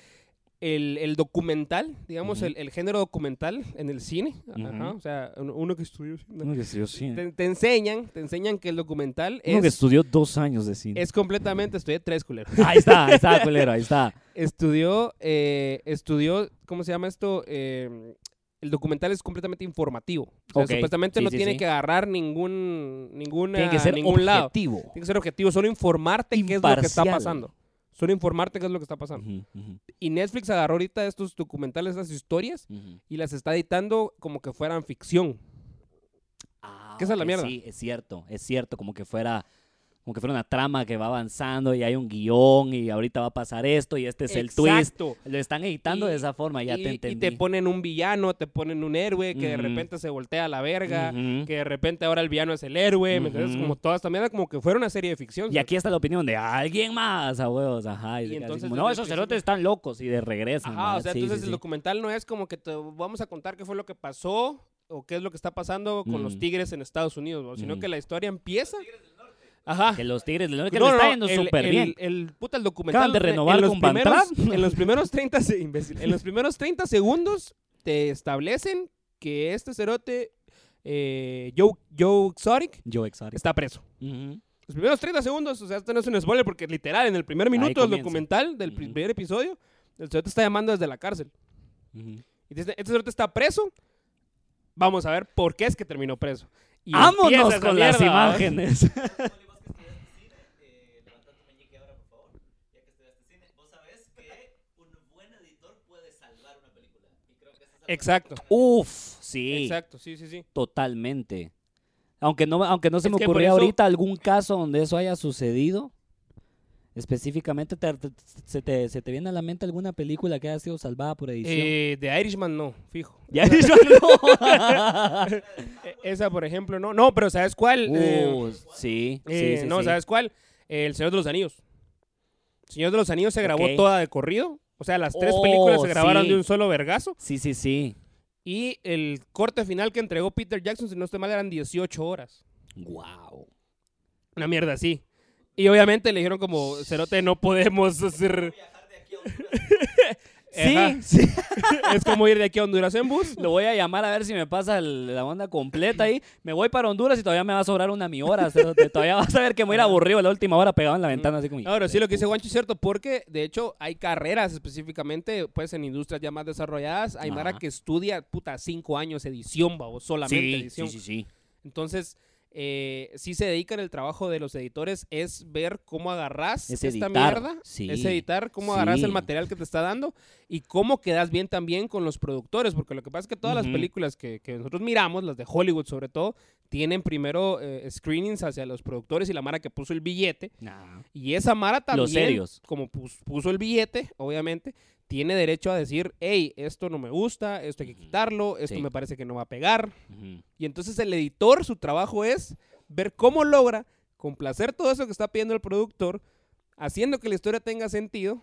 [SPEAKER 4] el, el documental, digamos,
[SPEAKER 1] Ujú.
[SPEAKER 4] el, el género documental en el cine, ajá,
[SPEAKER 1] Ujú.
[SPEAKER 4] o sea, un- uno que estudió cine,
[SPEAKER 1] Uno que estudió cine.
[SPEAKER 4] te, te enseñan, te enseñan que el documental
[SPEAKER 1] Uno que
[SPEAKER 4] es,
[SPEAKER 1] estudió dos años de cine.
[SPEAKER 4] es completamente, estudié tres culero,
[SPEAKER 1] Ahí está, ahí está, culero, ahí está.
[SPEAKER 4] estudió, eh, estudió, ¿cómo se llama esto? Eh, el documental es completamente informativo, o sea,
[SPEAKER 1] Ok,
[SPEAKER 4] supuestamente
[SPEAKER 1] sí,
[SPEAKER 4] no
[SPEAKER 1] sí,
[SPEAKER 4] tiene
[SPEAKER 1] sí.
[SPEAKER 4] que agarrar ningún, ninguna,
[SPEAKER 1] Tiene que ser
[SPEAKER 4] ningún lado,
[SPEAKER 1] objetivo.
[SPEAKER 4] tiene que ser objetivo, solo informarte qué es lo que está
[SPEAKER 1] Imparcial.
[SPEAKER 4] pasando. Solo informarte qué es lo que está pasando.
[SPEAKER 1] Ujú, ujú,
[SPEAKER 4] Y Netflix agarró ahorita estos documentales, estas historias,
[SPEAKER 1] ujú.
[SPEAKER 4] y las está editando como que fueran ficción.
[SPEAKER 1] Ah,
[SPEAKER 4] Que esa es la
[SPEAKER 1] ok,
[SPEAKER 4] mierda.
[SPEAKER 1] Sí, es cierto, es cierto, como que fuera como que fuera una trama que va avanzando y hay un guión y ahorita va a pasar esto y este es el twist.
[SPEAKER 4] Exacto.
[SPEAKER 1] Lo están editando
[SPEAKER 4] Y-
[SPEAKER 1] de esa forma, ya
[SPEAKER 4] y,
[SPEAKER 1] te
[SPEAKER 4] y
[SPEAKER 1] entendí.
[SPEAKER 4] te ponen un villano, te ponen un héroe que de
[SPEAKER 1] Ujú.
[SPEAKER 4] repente se voltea a la verga,
[SPEAKER 1] Ujú.
[SPEAKER 4] que de repente ahora el villano es el héroe, ¿me entiendes?
[SPEAKER 1] Ujú.
[SPEAKER 4] Como toda esta mierda, como que fuera una serie de ficción.
[SPEAKER 1] Y aquí está la opinión de alguien más, a huevos, ajá. Y,
[SPEAKER 4] Y
[SPEAKER 1] se queda así
[SPEAKER 4] entonces
[SPEAKER 1] como,
[SPEAKER 4] desde
[SPEAKER 1] no,
[SPEAKER 4] el
[SPEAKER 1] esos
[SPEAKER 4] principio-
[SPEAKER 1] cerotes están locos y de regreso.
[SPEAKER 4] Ajá, o sea, entonces el documental no es como que te vamos a contar qué fue lo que pasó o qué es lo que está pasando con los
[SPEAKER 1] Ujú. Mm.
[SPEAKER 4] tigres en Estados Unidos, ¿no? sino
[SPEAKER 1] Ujú.
[SPEAKER 4] que la historia empieza. Ajá.
[SPEAKER 1] Que los Tigres del Norte que le está yendo
[SPEAKER 4] el-
[SPEAKER 1] súper
[SPEAKER 4] el-
[SPEAKER 1] bien.
[SPEAKER 4] El puta el documental.
[SPEAKER 1] Acaban de renovar
[SPEAKER 4] en los
[SPEAKER 1] con Van
[SPEAKER 4] primeros,
[SPEAKER 1] Trapp.
[SPEAKER 4] en los primeros 30 se- imbécil, en los primeros 30 segundos te establecen que este cerote eh, Joe, Joe Exotic
[SPEAKER 1] Joe Exotic.
[SPEAKER 4] está preso.
[SPEAKER 1] Ujú.
[SPEAKER 4] Los primeros 30 segundos, o sea, esto no es un spoiler porque literal en el primer minuto del
[SPEAKER 1] comienza.
[SPEAKER 4] documental del
[SPEAKER 1] Ujú.
[SPEAKER 4] primer episodio, el cerote está llamando desde la cárcel.
[SPEAKER 1] Ujú.
[SPEAKER 4] Y dice, este cerote está preso. Vamos a ver por qué es que terminó preso. Y empieza
[SPEAKER 1] ¡Vámonos
[SPEAKER 4] esa
[SPEAKER 1] con las
[SPEAKER 4] mierda, ¿eh? ¿va?
[SPEAKER 1] imágenes!
[SPEAKER 4] Exacto.
[SPEAKER 1] Uf, sí,
[SPEAKER 4] Exacto, sí, sí, sí.
[SPEAKER 1] totalmente. Aunque no, aunque no se
[SPEAKER 4] Es
[SPEAKER 1] me
[SPEAKER 4] que por
[SPEAKER 1] ocurrió
[SPEAKER 4] eso-
[SPEAKER 1] ahorita algún caso donde eso haya sucedido. Específicamente, te- te- se, te, ¿se te viene a la mente alguna película que haya sido salvada por edición?
[SPEAKER 4] Eh, de Irishman no, fijo.
[SPEAKER 1] Ya yo no.
[SPEAKER 4] Eh, Esa, por ejemplo, no. No, pero ¿sabes cuál? Eh,
[SPEAKER 1] Uh, sí, sí,
[SPEAKER 4] eh,
[SPEAKER 1] sí,
[SPEAKER 4] no,
[SPEAKER 1] sí.
[SPEAKER 4] ¿sabes cuál? Eh, El Señor de los Anillos. El Señor de los Anillos se grabó
[SPEAKER 1] Ok.
[SPEAKER 4] toda de corrido. O sea, las tres
[SPEAKER 1] Oh,
[SPEAKER 4] películas se grabaron
[SPEAKER 1] sí.
[SPEAKER 4] de un solo vergazo.
[SPEAKER 1] Sí, sí, sí.
[SPEAKER 4] Y el corte final que entregó Peter Jackson, si no estoy mal, eran 18 horas.
[SPEAKER 1] Wow.
[SPEAKER 4] Una mierda así. Y obviamente le dijeron como, Cerote, no podemos hacer... Ajá.
[SPEAKER 1] Sí, sí.
[SPEAKER 4] es como ir de aquí a Honduras en bus.
[SPEAKER 1] Lo voy a llamar a ver si me pasa el- la onda completa ahí. Me voy para Honduras y todavía me va a sobrar una mi hora. cerote. Todavía vas a ver que me voy a ir aburrido a la última hora pegado en la ventana así como...
[SPEAKER 4] Ahora sí, lo que dice Guancho es cierto, porque de hecho hay carreras específicamente, pues en industrias ya más desarrolladas, hay Mara
[SPEAKER 1] Ajá.
[SPEAKER 4] que estudia, puta, cinco años edición, o solamente
[SPEAKER 1] Sí, sí,
[SPEAKER 4] edición.
[SPEAKER 1] sí, sí.
[SPEAKER 4] Entonces, eh, sí se dedican el trabajo de los editores, es ver cómo agarrás
[SPEAKER 1] Es
[SPEAKER 4] esta
[SPEAKER 1] editar,
[SPEAKER 4] mierda,
[SPEAKER 1] sí,
[SPEAKER 4] es editar, cómo agarrás el
[SPEAKER 1] sí.
[SPEAKER 4] material que te está dando y cómo quedas bien también con los productores, porque lo que pasa es que todas las
[SPEAKER 1] Ujú.
[SPEAKER 4] películas que, que nosotros miramos, las de Hollywood sobre todo, tienen primero eh, screenings hacia los productores y la Mara que puso el billete.
[SPEAKER 1] Nah.
[SPEAKER 4] Y esa Mara también,
[SPEAKER 1] Los serios.
[SPEAKER 4] como pus- puso el billete, obviamente, tiene derecho a decir, hey, esto no me gusta, esto hay que
[SPEAKER 1] Ujú.
[SPEAKER 4] quitarlo, esto
[SPEAKER 1] Sí.
[SPEAKER 4] me parece que no va a pegar.
[SPEAKER 1] Ujú.
[SPEAKER 4] Y entonces el editor, su trabajo es ver cómo logra complacer todo eso que está pidiendo el productor, haciendo que la historia tenga sentido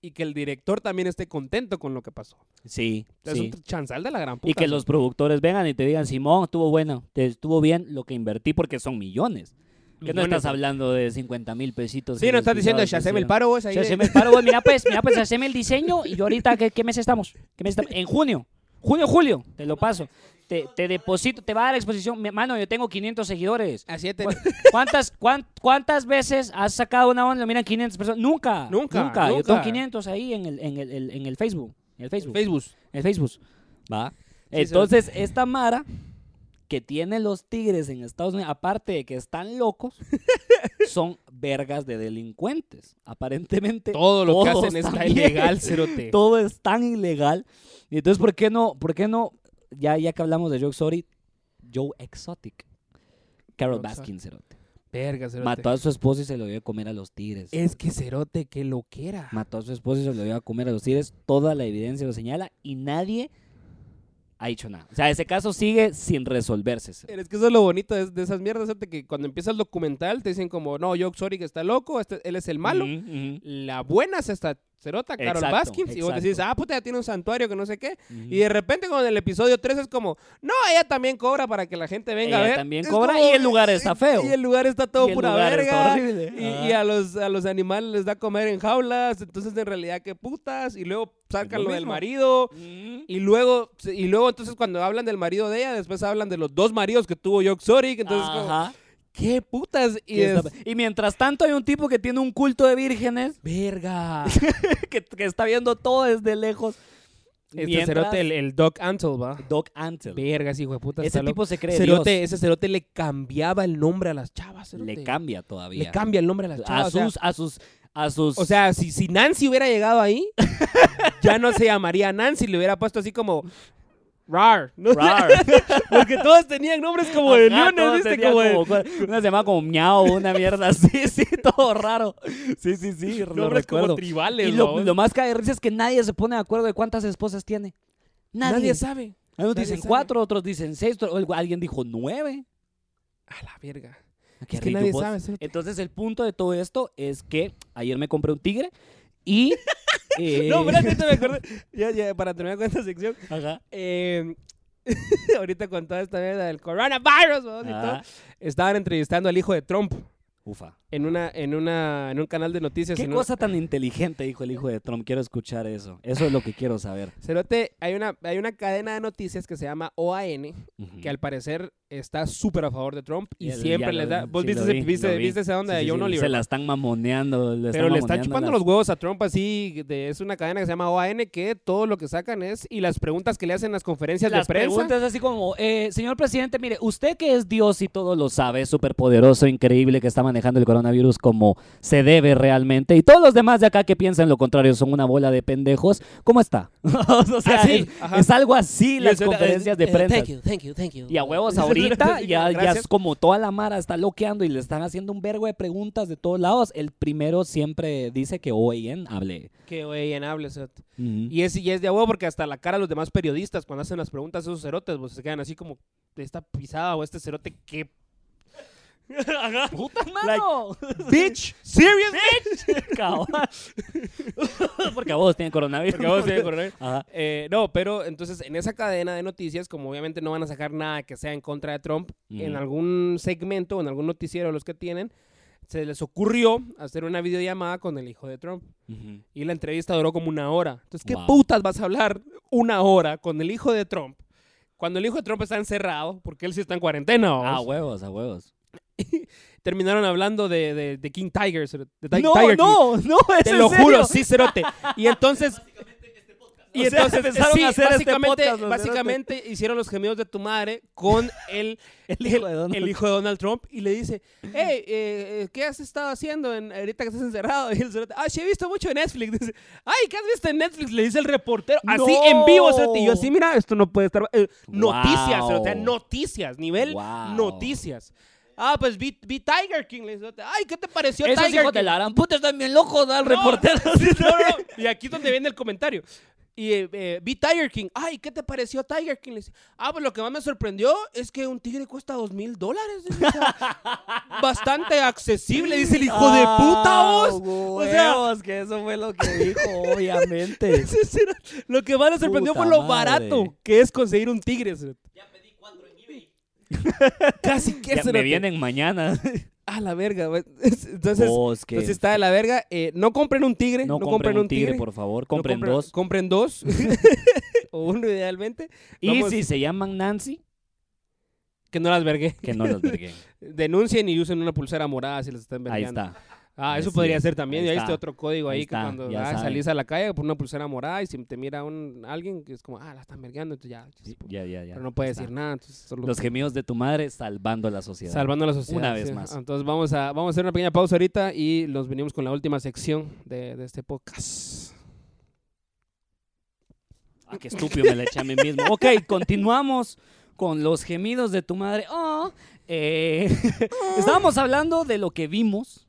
[SPEAKER 4] y que el director también esté contento con lo que pasó.
[SPEAKER 1] Sí,
[SPEAKER 4] O sea,
[SPEAKER 1] sí.
[SPEAKER 4] Es un chanzal de la gran puta.
[SPEAKER 1] Y que
[SPEAKER 4] ¿no?
[SPEAKER 1] los productores vengan y te digan, Simón, estuvo bueno, te estuvo bien lo que invertí porque son millones. Que no
[SPEAKER 4] Millones,
[SPEAKER 1] estás
[SPEAKER 4] ¿no?
[SPEAKER 1] hablando de 50 mil pesitos.
[SPEAKER 4] Sí, no estás diciendo, Shazam el paro, vos ahí.
[SPEAKER 1] Se
[SPEAKER 4] de-
[SPEAKER 1] hace el paro, vos, mira pues, mira pues, haceme el diseño y yo ahorita, ¿qué, qué mes estamos? ¿Qué mes estamos? En junio, junio, julio, te lo paso. Te, te deposito, te va a dar exposición. Mi- Mano, yo tengo 500 seguidores.
[SPEAKER 4] Así de
[SPEAKER 1] ¿Cu- ¿Cuántas, cuán- ¿Cuántas veces has sacado una onda? Miran 500 personas. Nunca.
[SPEAKER 4] Nunca,
[SPEAKER 1] Yo
[SPEAKER 4] nunca.
[SPEAKER 1] tengo 500 ahí en el, en el, el- en el Facebook. En el Facebook.
[SPEAKER 4] Facebook.
[SPEAKER 1] En el Facebook. Va.
[SPEAKER 4] se
[SPEAKER 1] Entonces, esta Mara que tiene los tigres en Estados Unidos, aparte de que están locos, son vergas de delincuentes. Aparentemente.
[SPEAKER 4] Todo lo que
[SPEAKER 1] todos
[SPEAKER 4] hacen está
[SPEAKER 1] también.
[SPEAKER 4] ilegal, cerote.
[SPEAKER 1] Todo es tan ilegal. Y entonces, ¿por qué no? ¿Por qué no? Ya, ya que hablamos de Joe Exotic, Joe Exotic. Carol
[SPEAKER 4] Joe Exotic.
[SPEAKER 1] Baskin, cerote.
[SPEAKER 4] Verga, cerote.
[SPEAKER 1] Mató a su esposo y se lo dio a comer a los tigres.
[SPEAKER 4] Es que Cerote, que lo quiera.
[SPEAKER 1] Mató a su esposo y se lo dio a comer a los tigres. Toda la evidencia lo señala y nadie ha hecho nada. O sea, ese caso sigue sin resolverse. cerote.
[SPEAKER 4] Es que eso es lo bonito de, de esas mierdas, Cerote, que cuando empieza el documental te dicen como, no, Joe Exotic está loco, este- él es el malo.
[SPEAKER 1] Ujú, ujú,
[SPEAKER 4] La buena es esta Cerota, Carol
[SPEAKER 1] Mm. Exacto,
[SPEAKER 4] Baskins. Y vos
[SPEAKER 1] exacto. Mm.
[SPEAKER 4] decís, ah, puta, ya tiene un santuario que no sé qué.
[SPEAKER 1] ujú.
[SPEAKER 4] Y de repente con el episodio 3 es como, no, ella también cobra para que la gente venga a
[SPEAKER 1] Ella
[SPEAKER 4] ver.
[SPEAKER 1] también
[SPEAKER 4] Es
[SPEAKER 1] cobra
[SPEAKER 4] como-
[SPEAKER 1] y el lugar está feo.
[SPEAKER 4] Y el lugar está todo
[SPEAKER 1] Y el
[SPEAKER 4] pura
[SPEAKER 1] lugar está
[SPEAKER 4] verga.
[SPEAKER 1] horrible.
[SPEAKER 4] Y,
[SPEAKER 1] Ajá.
[SPEAKER 4] y a, los, a los animales les da comer en jaulas. Entonces, en realidad, qué putas. Y luego sacan lo del
[SPEAKER 1] mismo.
[SPEAKER 4] marido.
[SPEAKER 1] Ujú.
[SPEAKER 4] Y luego, y luego entonces cuando hablan del marido de ella, después hablan de los dos maridos que tuvo Jock Soric. Entonces, como,
[SPEAKER 1] Ajá.
[SPEAKER 4] ¿qué putas? Y
[SPEAKER 1] Y,
[SPEAKER 4] es,
[SPEAKER 1] está- y mientras tanto hay un tipo que tiene un culto de vírgenes
[SPEAKER 4] verga.
[SPEAKER 1] que, que está viendo todo desde lejos.
[SPEAKER 4] Este
[SPEAKER 1] Mientras-
[SPEAKER 4] cerote, el, el Doc Antle, va.
[SPEAKER 1] Doc Antle.
[SPEAKER 4] Verga, ese hijo de puta.
[SPEAKER 1] Ese
[SPEAKER 4] está loco.
[SPEAKER 1] tipo se cree
[SPEAKER 4] Cerote,
[SPEAKER 1] Dios.
[SPEAKER 4] Ese cerote le cambiaba el nombre a las chavas. cerote.
[SPEAKER 1] Le cambia todavía.
[SPEAKER 4] Le cambia el nombre a las
[SPEAKER 1] a
[SPEAKER 4] chavas. o sea,
[SPEAKER 1] sus, a sus, a sus.
[SPEAKER 4] O sea, si, si Nancy hubiera llegado ahí, ya no se llamaría Nancy, le hubiera puesto así como Rar. ¿no?
[SPEAKER 1] Rar.
[SPEAKER 4] Porque todos tenían nombres como de
[SPEAKER 1] Ajá,
[SPEAKER 4] leones,
[SPEAKER 1] todos
[SPEAKER 4] ¿viste?
[SPEAKER 1] tenían
[SPEAKER 4] Como de-
[SPEAKER 1] como- Una se llama como miau, una mierda así, sí, todo raro. Sí, sí, sí, lo
[SPEAKER 4] nombres como
[SPEAKER 1] recuerdo.
[SPEAKER 4] tribales.
[SPEAKER 1] Y lo,
[SPEAKER 4] babos.
[SPEAKER 1] lo más cae de risa es que nadie se pone de acuerdo de cuántas esposas tiene. Nadie.
[SPEAKER 4] Nadie sabe.
[SPEAKER 1] Algunos
[SPEAKER 4] nadie
[SPEAKER 1] dicen
[SPEAKER 4] sabe.
[SPEAKER 1] cuatro, otros dicen seis, otro- algu- alguien dijo nueve.
[SPEAKER 4] A la verga.
[SPEAKER 1] Qué
[SPEAKER 4] es que
[SPEAKER 1] rico,
[SPEAKER 4] nadie
[SPEAKER 1] vos.
[SPEAKER 4] sabe. cerote.
[SPEAKER 1] Entonces el punto de todo esto es que ayer me compré un tigre y... eh,
[SPEAKER 4] No, espérate, ahorita me acordé. Ya, ya, para terminar con esta sección.
[SPEAKER 1] ajá,
[SPEAKER 4] eh, ahorita con toda esta mierda del coronavirus babos, y todo,
[SPEAKER 1] ajá.
[SPEAKER 4] estaban entrevistando al hijo de Trump.
[SPEAKER 1] ah, Ufa.
[SPEAKER 4] en una, en una, en un canal de noticias.
[SPEAKER 1] ¿Qué
[SPEAKER 4] en un-
[SPEAKER 1] cosa tan inteligente dijo el hijo de Trump? Quiero escuchar eso. Eso es lo que quiero saber.
[SPEAKER 4] Cerote, hay una, hay una cadena de noticias que se llama OAN,
[SPEAKER 1] Ujú.
[SPEAKER 4] que al parecer está súper a favor de Trump y
[SPEAKER 1] Mm. Ya lo- ya
[SPEAKER 4] siempre
[SPEAKER 1] lo
[SPEAKER 4] les da.
[SPEAKER 1] vi,
[SPEAKER 4] Vos
[SPEAKER 1] sí,
[SPEAKER 4] viste,
[SPEAKER 1] lo
[SPEAKER 4] ese-
[SPEAKER 1] vi,
[SPEAKER 4] viste,
[SPEAKER 1] lo vi.
[SPEAKER 4] viste esa onda
[SPEAKER 1] Sí,
[SPEAKER 4] de
[SPEAKER 1] sí,
[SPEAKER 4] John
[SPEAKER 1] sí,
[SPEAKER 4] Oliver.
[SPEAKER 1] Se la están mamoneando. le
[SPEAKER 4] Pero le están
[SPEAKER 1] mamoneando
[SPEAKER 4] chupando
[SPEAKER 1] las-
[SPEAKER 4] los huevos a Trump así. de- es una cadena que se llama OAN que todo lo que sacan es. Y las preguntas que le hacen en las conferencias
[SPEAKER 1] Las
[SPEAKER 4] de prensa.
[SPEAKER 1] preguntas así como, eh, señor presidente, mire, usted que es Dios y todo lo sabe, es superpoderoso, increíble, que está manejando el coronavirus como se debe realmente, y todos los demás de acá que piensan lo contrario son una bola de pendejos, ¿cómo está? o sea,
[SPEAKER 4] Así,
[SPEAKER 1] es,
[SPEAKER 4] Ah, ajá.
[SPEAKER 1] es algo así
[SPEAKER 4] Y
[SPEAKER 1] las
[SPEAKER 4] el-
[SPEAKER 1] conferencias de
[SPEAKER 2] Eh,
[SPEAKER 1] prensa.
[SPEAKER 2] Thank you, thank you, thank you.
[SPEAKER 1] Y a huevos
[SPEAKER 4] Sí,
[SPEAKER 1] ahorita
[SPEAKER 4] sí,
[SPEAKER 1] ya, ya
[SPEAKER 4] gracias.
[SPEAKER 1] es como toda la mara está loqueando y le están haciendo un vergo de preguntas de todos lados. El primero siempre dice que OAN hable.
[SPEAKER 4] Que OAN hable, cerote.
[SPEAKER 1] Ujú.
[SPEAKER 4] Y es, y es de a huevo porque hasta la cara de los demás periodistas cuando hacen las preguntas esos cerotes, pues se quedan así como. Esta pisada o este cerote, que
[SPEAKER 1] ¡Puta
[SPEAKER 4] Like-
[SPEAKER 1] mano!
[SPEAKER 4] Bitch, seriously.
[SPEAKER 1] Cabal. Porque a vos tienen coronavirus.
[SPEAKER 4] Porque vos tenés coronavirus.
[SPEAKER 1] Ajá.
[SPEAKER 4] Eh, no, pero entonces en esa cadena de noticias, como obviamente no van a sacar nada que sea en contra de Trump,
[SPEAKER 1] Ujú.
[SPEAKER 4] en algún segmento o en algún noticiero los que tienen, se les ocurrió hacer una videollamada con el hijo de Trump.
[SPEAKER 1] Ujú.
[SPEAKER 4] Y la entrevista duró como una hora. Entonces, ¿qué
[SPEAKER 1] Wow.
[SPEAKER 4] putas vas a hablar una hora con el hijo de Trump? Cuando el hijo de Trump está encerrado, porque él sí está en cuarentena. vamos.
[SPEAKER 1] A huevos, a huevos.
[SPEAKER 4] Terminaron hablando de, de- de King Tiger. de Ti-
[SPEAKER 1] no,
[SPEAKER 4] Tiger King.
[SPEAKER 1] no, no, es
[SPEAKER 4] Te
[SPEAKER 1] en
[SPEAKER 4] lo
[SPEAKER 1] serio.
[SPEAKER 4] juro, sí, cerote. Y entonces... Y
[SPEAKER 1] O sea,
[SPEAKER 4] entonces
[SPEAKER 1] empezaron
[SPEAKER 4] sí,
[SPEAKER 1] a hacer este
[SPEAKER 4] básicamente,
[SPEAKER 1] podcast, los
[SPEAKER 4] básicamente hicieron los gemidos de tu madre con el,
[SPEAKER 1] El hijo de Donald.
[SPEAKER 4] el hijo de Donald Trump y le dice, hey, eh, eh, ¿qué has estado haciendo en- ahorita que estás encerrado? Y el cerote, ah, sí, he visto mucho Netflix. Dice, ay, ¿qué has visto en Netflix? Le dice el reportero, así
[SPEAKER 1] No.
[SPEAKER 4] en vivo, cerote. Y yo así, mira, esto no puede estar... eh, Noticias,
[SPEAKER 1] Wow.
[SPEAKER 4] cerote, noticias, nivel
[SPEAKER 1] Wow.
[SPEAKER 4] noticias. Ah, pues vi, vi Tiger King. Le dice, cerote, ay, ¿qué te pareció
[SPEAKER 1] Esos
[SPEAKER 4] Tiger
[SPEAKER 1] hijos
[SPEAKER 4] King?
[SPEAKER 1] de la gran puta están bien locos, ¿no? el reportero.
[SPEAKER 4] No, no, no. Y aquí es donde viene el comentario. Y eh, eh, vi Tiger King. Ay, ¿qué te pareció Tiger King? Le dice, ah, pues lo que más me sorprendió es que un tigre cuesta dos mil dólares. O sea, Bastante accesible, dice el hijo de
[SPEAKER 1] Ah,
[SPEAKER 4] puta vos. O sea,
[SPEAKER 1] huevos, que eso fue lo que dijo, obviamente.
[SPEAKER 4] ese era- lo que más le sorprendió
[SPEAKER 1] Puta
[SPEAKER 4] fue lo
[SPEAKER 1] madre.
[SPEAKER 4] barato que es conseguir un tigre. cerote. Casi que
[SPEAKER 1] Ya me
[SPEAKER 4] cerote.
[SPEAKER 1] vienen mañana.
[SPEAKER 4] A la verga. güey. Entonces,
[SPEAKER 1] Vos, que-
[SPEAKER 4] entonces está de la verga. Eh, no compren un tigre. No, compren, un tigre,
[SPEAKER 1] por favor.
[SPEAKER 4] No
[SPEAKER 1] Compren dos.
[SPEAKER 4] Compren dos. o uno idealmente.
[SPEAKER 1] Y
[SPEAKER 4] Vamos-
[SPEAKER 1] si se llaman Nancy,
[SPEAKER 4] Que no las vergué.
[SPEAKER 1] que no las verguen.
[SPEAKER 4] Denuncien y usen una pulsera morada si las están
[SPEAKER 1] Ahí
[SPEAKER 4] vergueando.
[SPEAKER 1] está.
[SPEAKER 4] Ah,
[SPEAKER 1] Ahí
[SPEAKER 4] eso
[SPEAKER 1] sí
[SPEAKER 4] podría
[SPEAKER 1] es.
[SPEAKER 4] ser también.
[SPEAKER 1] Ahí
[SPEAKER 4] Ya
[SPEAKER 1] está.
[SPEAKER 4] viste otro código ahí,
[SPEAKER 1] Ahí
[SPEAKER 4] que
[SPEAKER 1] está,
[SPEAKER 4] cuando
[SPEAKER 1] ya
[SPEAKER 4] ah,
[SPEAKER 1] saben.
[SPEAKER 4] salís a la calle por una pulsera morada y si te mira un, alguien que es como, ah, la están vergueando, entonces ya.
[SPEAKER 1] Ya, ya, ya.
[SPEAKER 4] pues, pero no puede
[SPEAKER 1] está.
[SPEAKER 4] decir nada. Entonces solo
[SPEAKER 1] Los gemidos de tu madre salvando a la sociedad.
[SPEAKER 4] salvando a la sociedad.
[SPEAKER 1] Una vez
[SPEAKER 4] sí.
[SPEAKER 1] más.
[SPEAKER 4] Entonces vamos a, vamos a hacer una pequeña pausa ahorita y los venimos con la última sección de, de este podcast.
[SPEAKER 1] Ah, qué estúpido me la eché a mí mismo. Ok, continuamos con los gemidos de tu madre. Oh, eh, estábamos hablando de lo que vimos,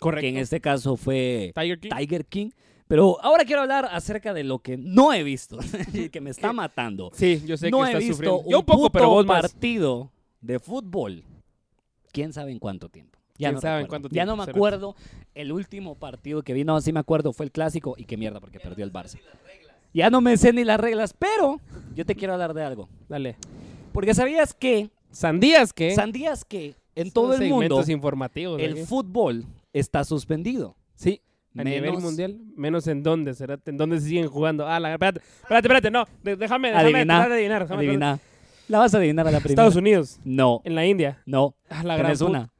[SPEAKER 4] Correcto.
[SPEAKER 1] que en este caso fue
[SPEAKER 4] Tiger King.
[SPEAKER 1] Tiger King. Pero ahora quiero hablar acerca de lo que no he visto, y que me
[SPEAKER 4] Eh,
[SPEAKER 1] está matando.
[SPEAKER 4] Sí, yo sé
[SPEAKER 1] no
[SPEAKER 4] que
[SPEAKER 1] he
[SPEAKER 4] estás
[SPEAKER 1] visto
[SPEAKER 4] sufriendo.
[SPEAKER 1] un
[SPEAKER 4] Yo un poco, pero
[SPEAKER 1] puto
[SPEAKER 4] vos más.
[SPEAKER 1] partido de fútbol. ¿Quién sabe en cuánto tiempo?
[SPEAKER 4] ¿Quién sabe en
[SPEAKER 1] recuerdo.
[SPEAKER 4] cuánto
[SPEAKER 1] Ya
[SPEAKER 4] tiempo,
[SPEAKER 1] no me
[SPEAKER 4] Cerote?
[SPEAKER 1] acuerdo. El último partido que vi, no, sí me acuerdo, fue el clásico. Y qué mierda, porque perdió el Barça. Ya no me sé ni las reglas, pero yo te quiero hablar de algo.
[SPEAKER 4] Dale.
[SPEAKER 1] Porque sabías que,
[SPEAKER 4] Sandías que
[SPEAKER 1] sandías que en
[SPEAKER 4] Son
[SPEAKER 1] todo el mundo
[SPEAKER 4] segmentos informativos.
[SPEAKER 1] el
[SPEAKER 4] aquí.
[SPEAKER 1] fútbol está suspendido.
[SPEAKER 4] Sí. A nivel
[SPEAKER 1] Menos-
[SPEAKER 4] mundial, menos en dónde, será en dónde se siguen jugando. Ah, la espérate, espérate, espérate, no, de- déjame, déjame
[SPEAKER 1] Adivina,
[SPEAKER 4] tratar de adivinar, déjame tratar
[SPEAKER 1] adivina. La vas a adivinar a la
[SPEAKER 4] de-
[SPEAKER 1] primera.
[SPEAKER 4] Estados Unidos,
[SPEAKER 1] No,
[SPEAKER 4] en la India.
[SPEAKER 1] no.
[SPEAKER 4] Ah, la gran
[SPEAKER 1] Tenés
[SPEAKER 4] puta.
[SPEAKER 1] una,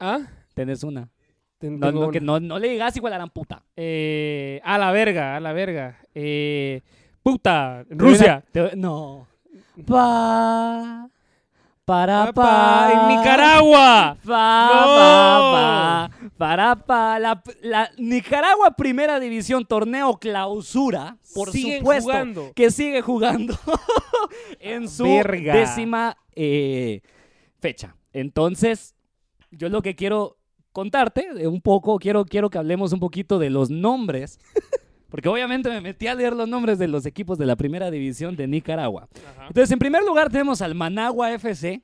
[SPEAKER 4] Ah,
[SPEAKER 1] tenés una.
[SPEAKER 4] ten-
[SPEAKER 1] No,
[SPEAKER 4] tengo
[SPEAKER 1] no,
[SPEAKER 4] una.
[SPEAKER 1] que no, no le digas igual a la gran puta.
[SPEAKER 4] Eh, a la verga, a la verga. Eh, puta, Rusia.
[SPEAKER 1] Te- no. Pa. Para
[SPEAKER 4] Ah, pa, en Nicaragua.
[SPEAKER 1] Pa, pa, pa, para pa. La, la Nicaragua Primera División Torneo Clausura, por
[SPEAKER 4] Siguen
[SPEAKER 1] supuesto,
[SPEAKER 4] jugando. Ah,
[SPEAKER 1] que sigue jugando en su
[SPEAKER 4] Verga.
[SPEAKER 1] décima eh, fecha. Entonces, yo lo que quiero contarte eh, un poco, quiero, quiero que hablemos un poquito de los nombres, porque obviamente me metí a leer los nombres de los equipos de la Primera División de Nicaragua.
[SPEAKER 4] Ajá.
[SPEAKER 1] Entonces, en primer lugar tenemos al Managua FC,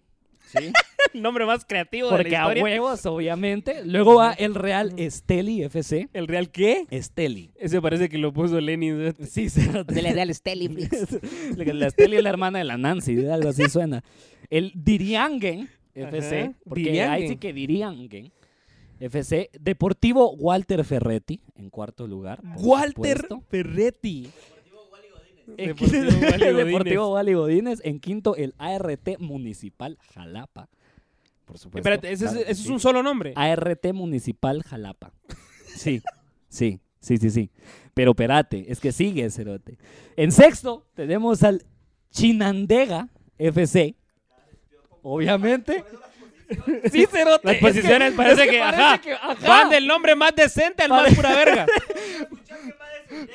[SPEAKER 4] El nombre más creativo de
[SPEAKER 1] porque
[SPEAKER 4] la
[SPEAKER 1] a
[SPEAKER 4] historia.
[SPEAKER 1] huevos, obviamente. Luego va el Real Esteli FC.
[SPEAKER 4] ¿El Real qué?
[SPEAKER 1] Esteli.
[SPEAKER 4] Ese parece que lo puso Lenin.
[SPEAKER 1] Sí, se
[SPEAKER 2] De la Real Steliflix.
[SPEAKER 1] La Esteli es la hermana de la Nancy, algo así suena. El Diriangen FC,
[SPEAKER 4] Ajá,
[SPEAKER 1] porque ahí
[SPEAKER 4] Diriangen.
[SPEAKER 1] sí que Diriangen. FC Deportivo Walter Ferretti en cuarto lugar. por
[SPEAKER 4] Walter
[SPEAKER 1] supuesto.
[SPEAKER 4] Ferretti.
[SPEAKER 1] En
[SPEAKER 4] Deportivo
[SPEAKER 1] quinto-
[SPEAKER 4] Wally Godínez.
[SPEAKER 1] Deportivo Wally Godínez. En quinto, el ART Municipal Jalapa. Por supuesto.
[SPEAKER 4] Espérate, ese es,
[SPEAKER 1] claro que
[SPEAKER 4] ese es
[SPEAKER 1] sí.
[SPEAKER 4] un solo nombre.
[SPEAKER 1] ART Municipal Jalapa. Sí, sí, sí, sí, sí. Pero espérate, es que sigue, Cerote. En sexto tenemos al Chinandega FC. Obviamente. Sí, Cerote.
[SPEAKER 4] Las
[SPEAKER 1] es que-
[SPEAKER 4] posiciones
[SPEAKER 1] es
[SPEAKER 4] parece que, ajá,
[SPEAKER 1] que-
[SPEAKER 4] Van del nombre más decente al más
[SPEAKER 1] Pare-
[SPEAKER 4] pura verga.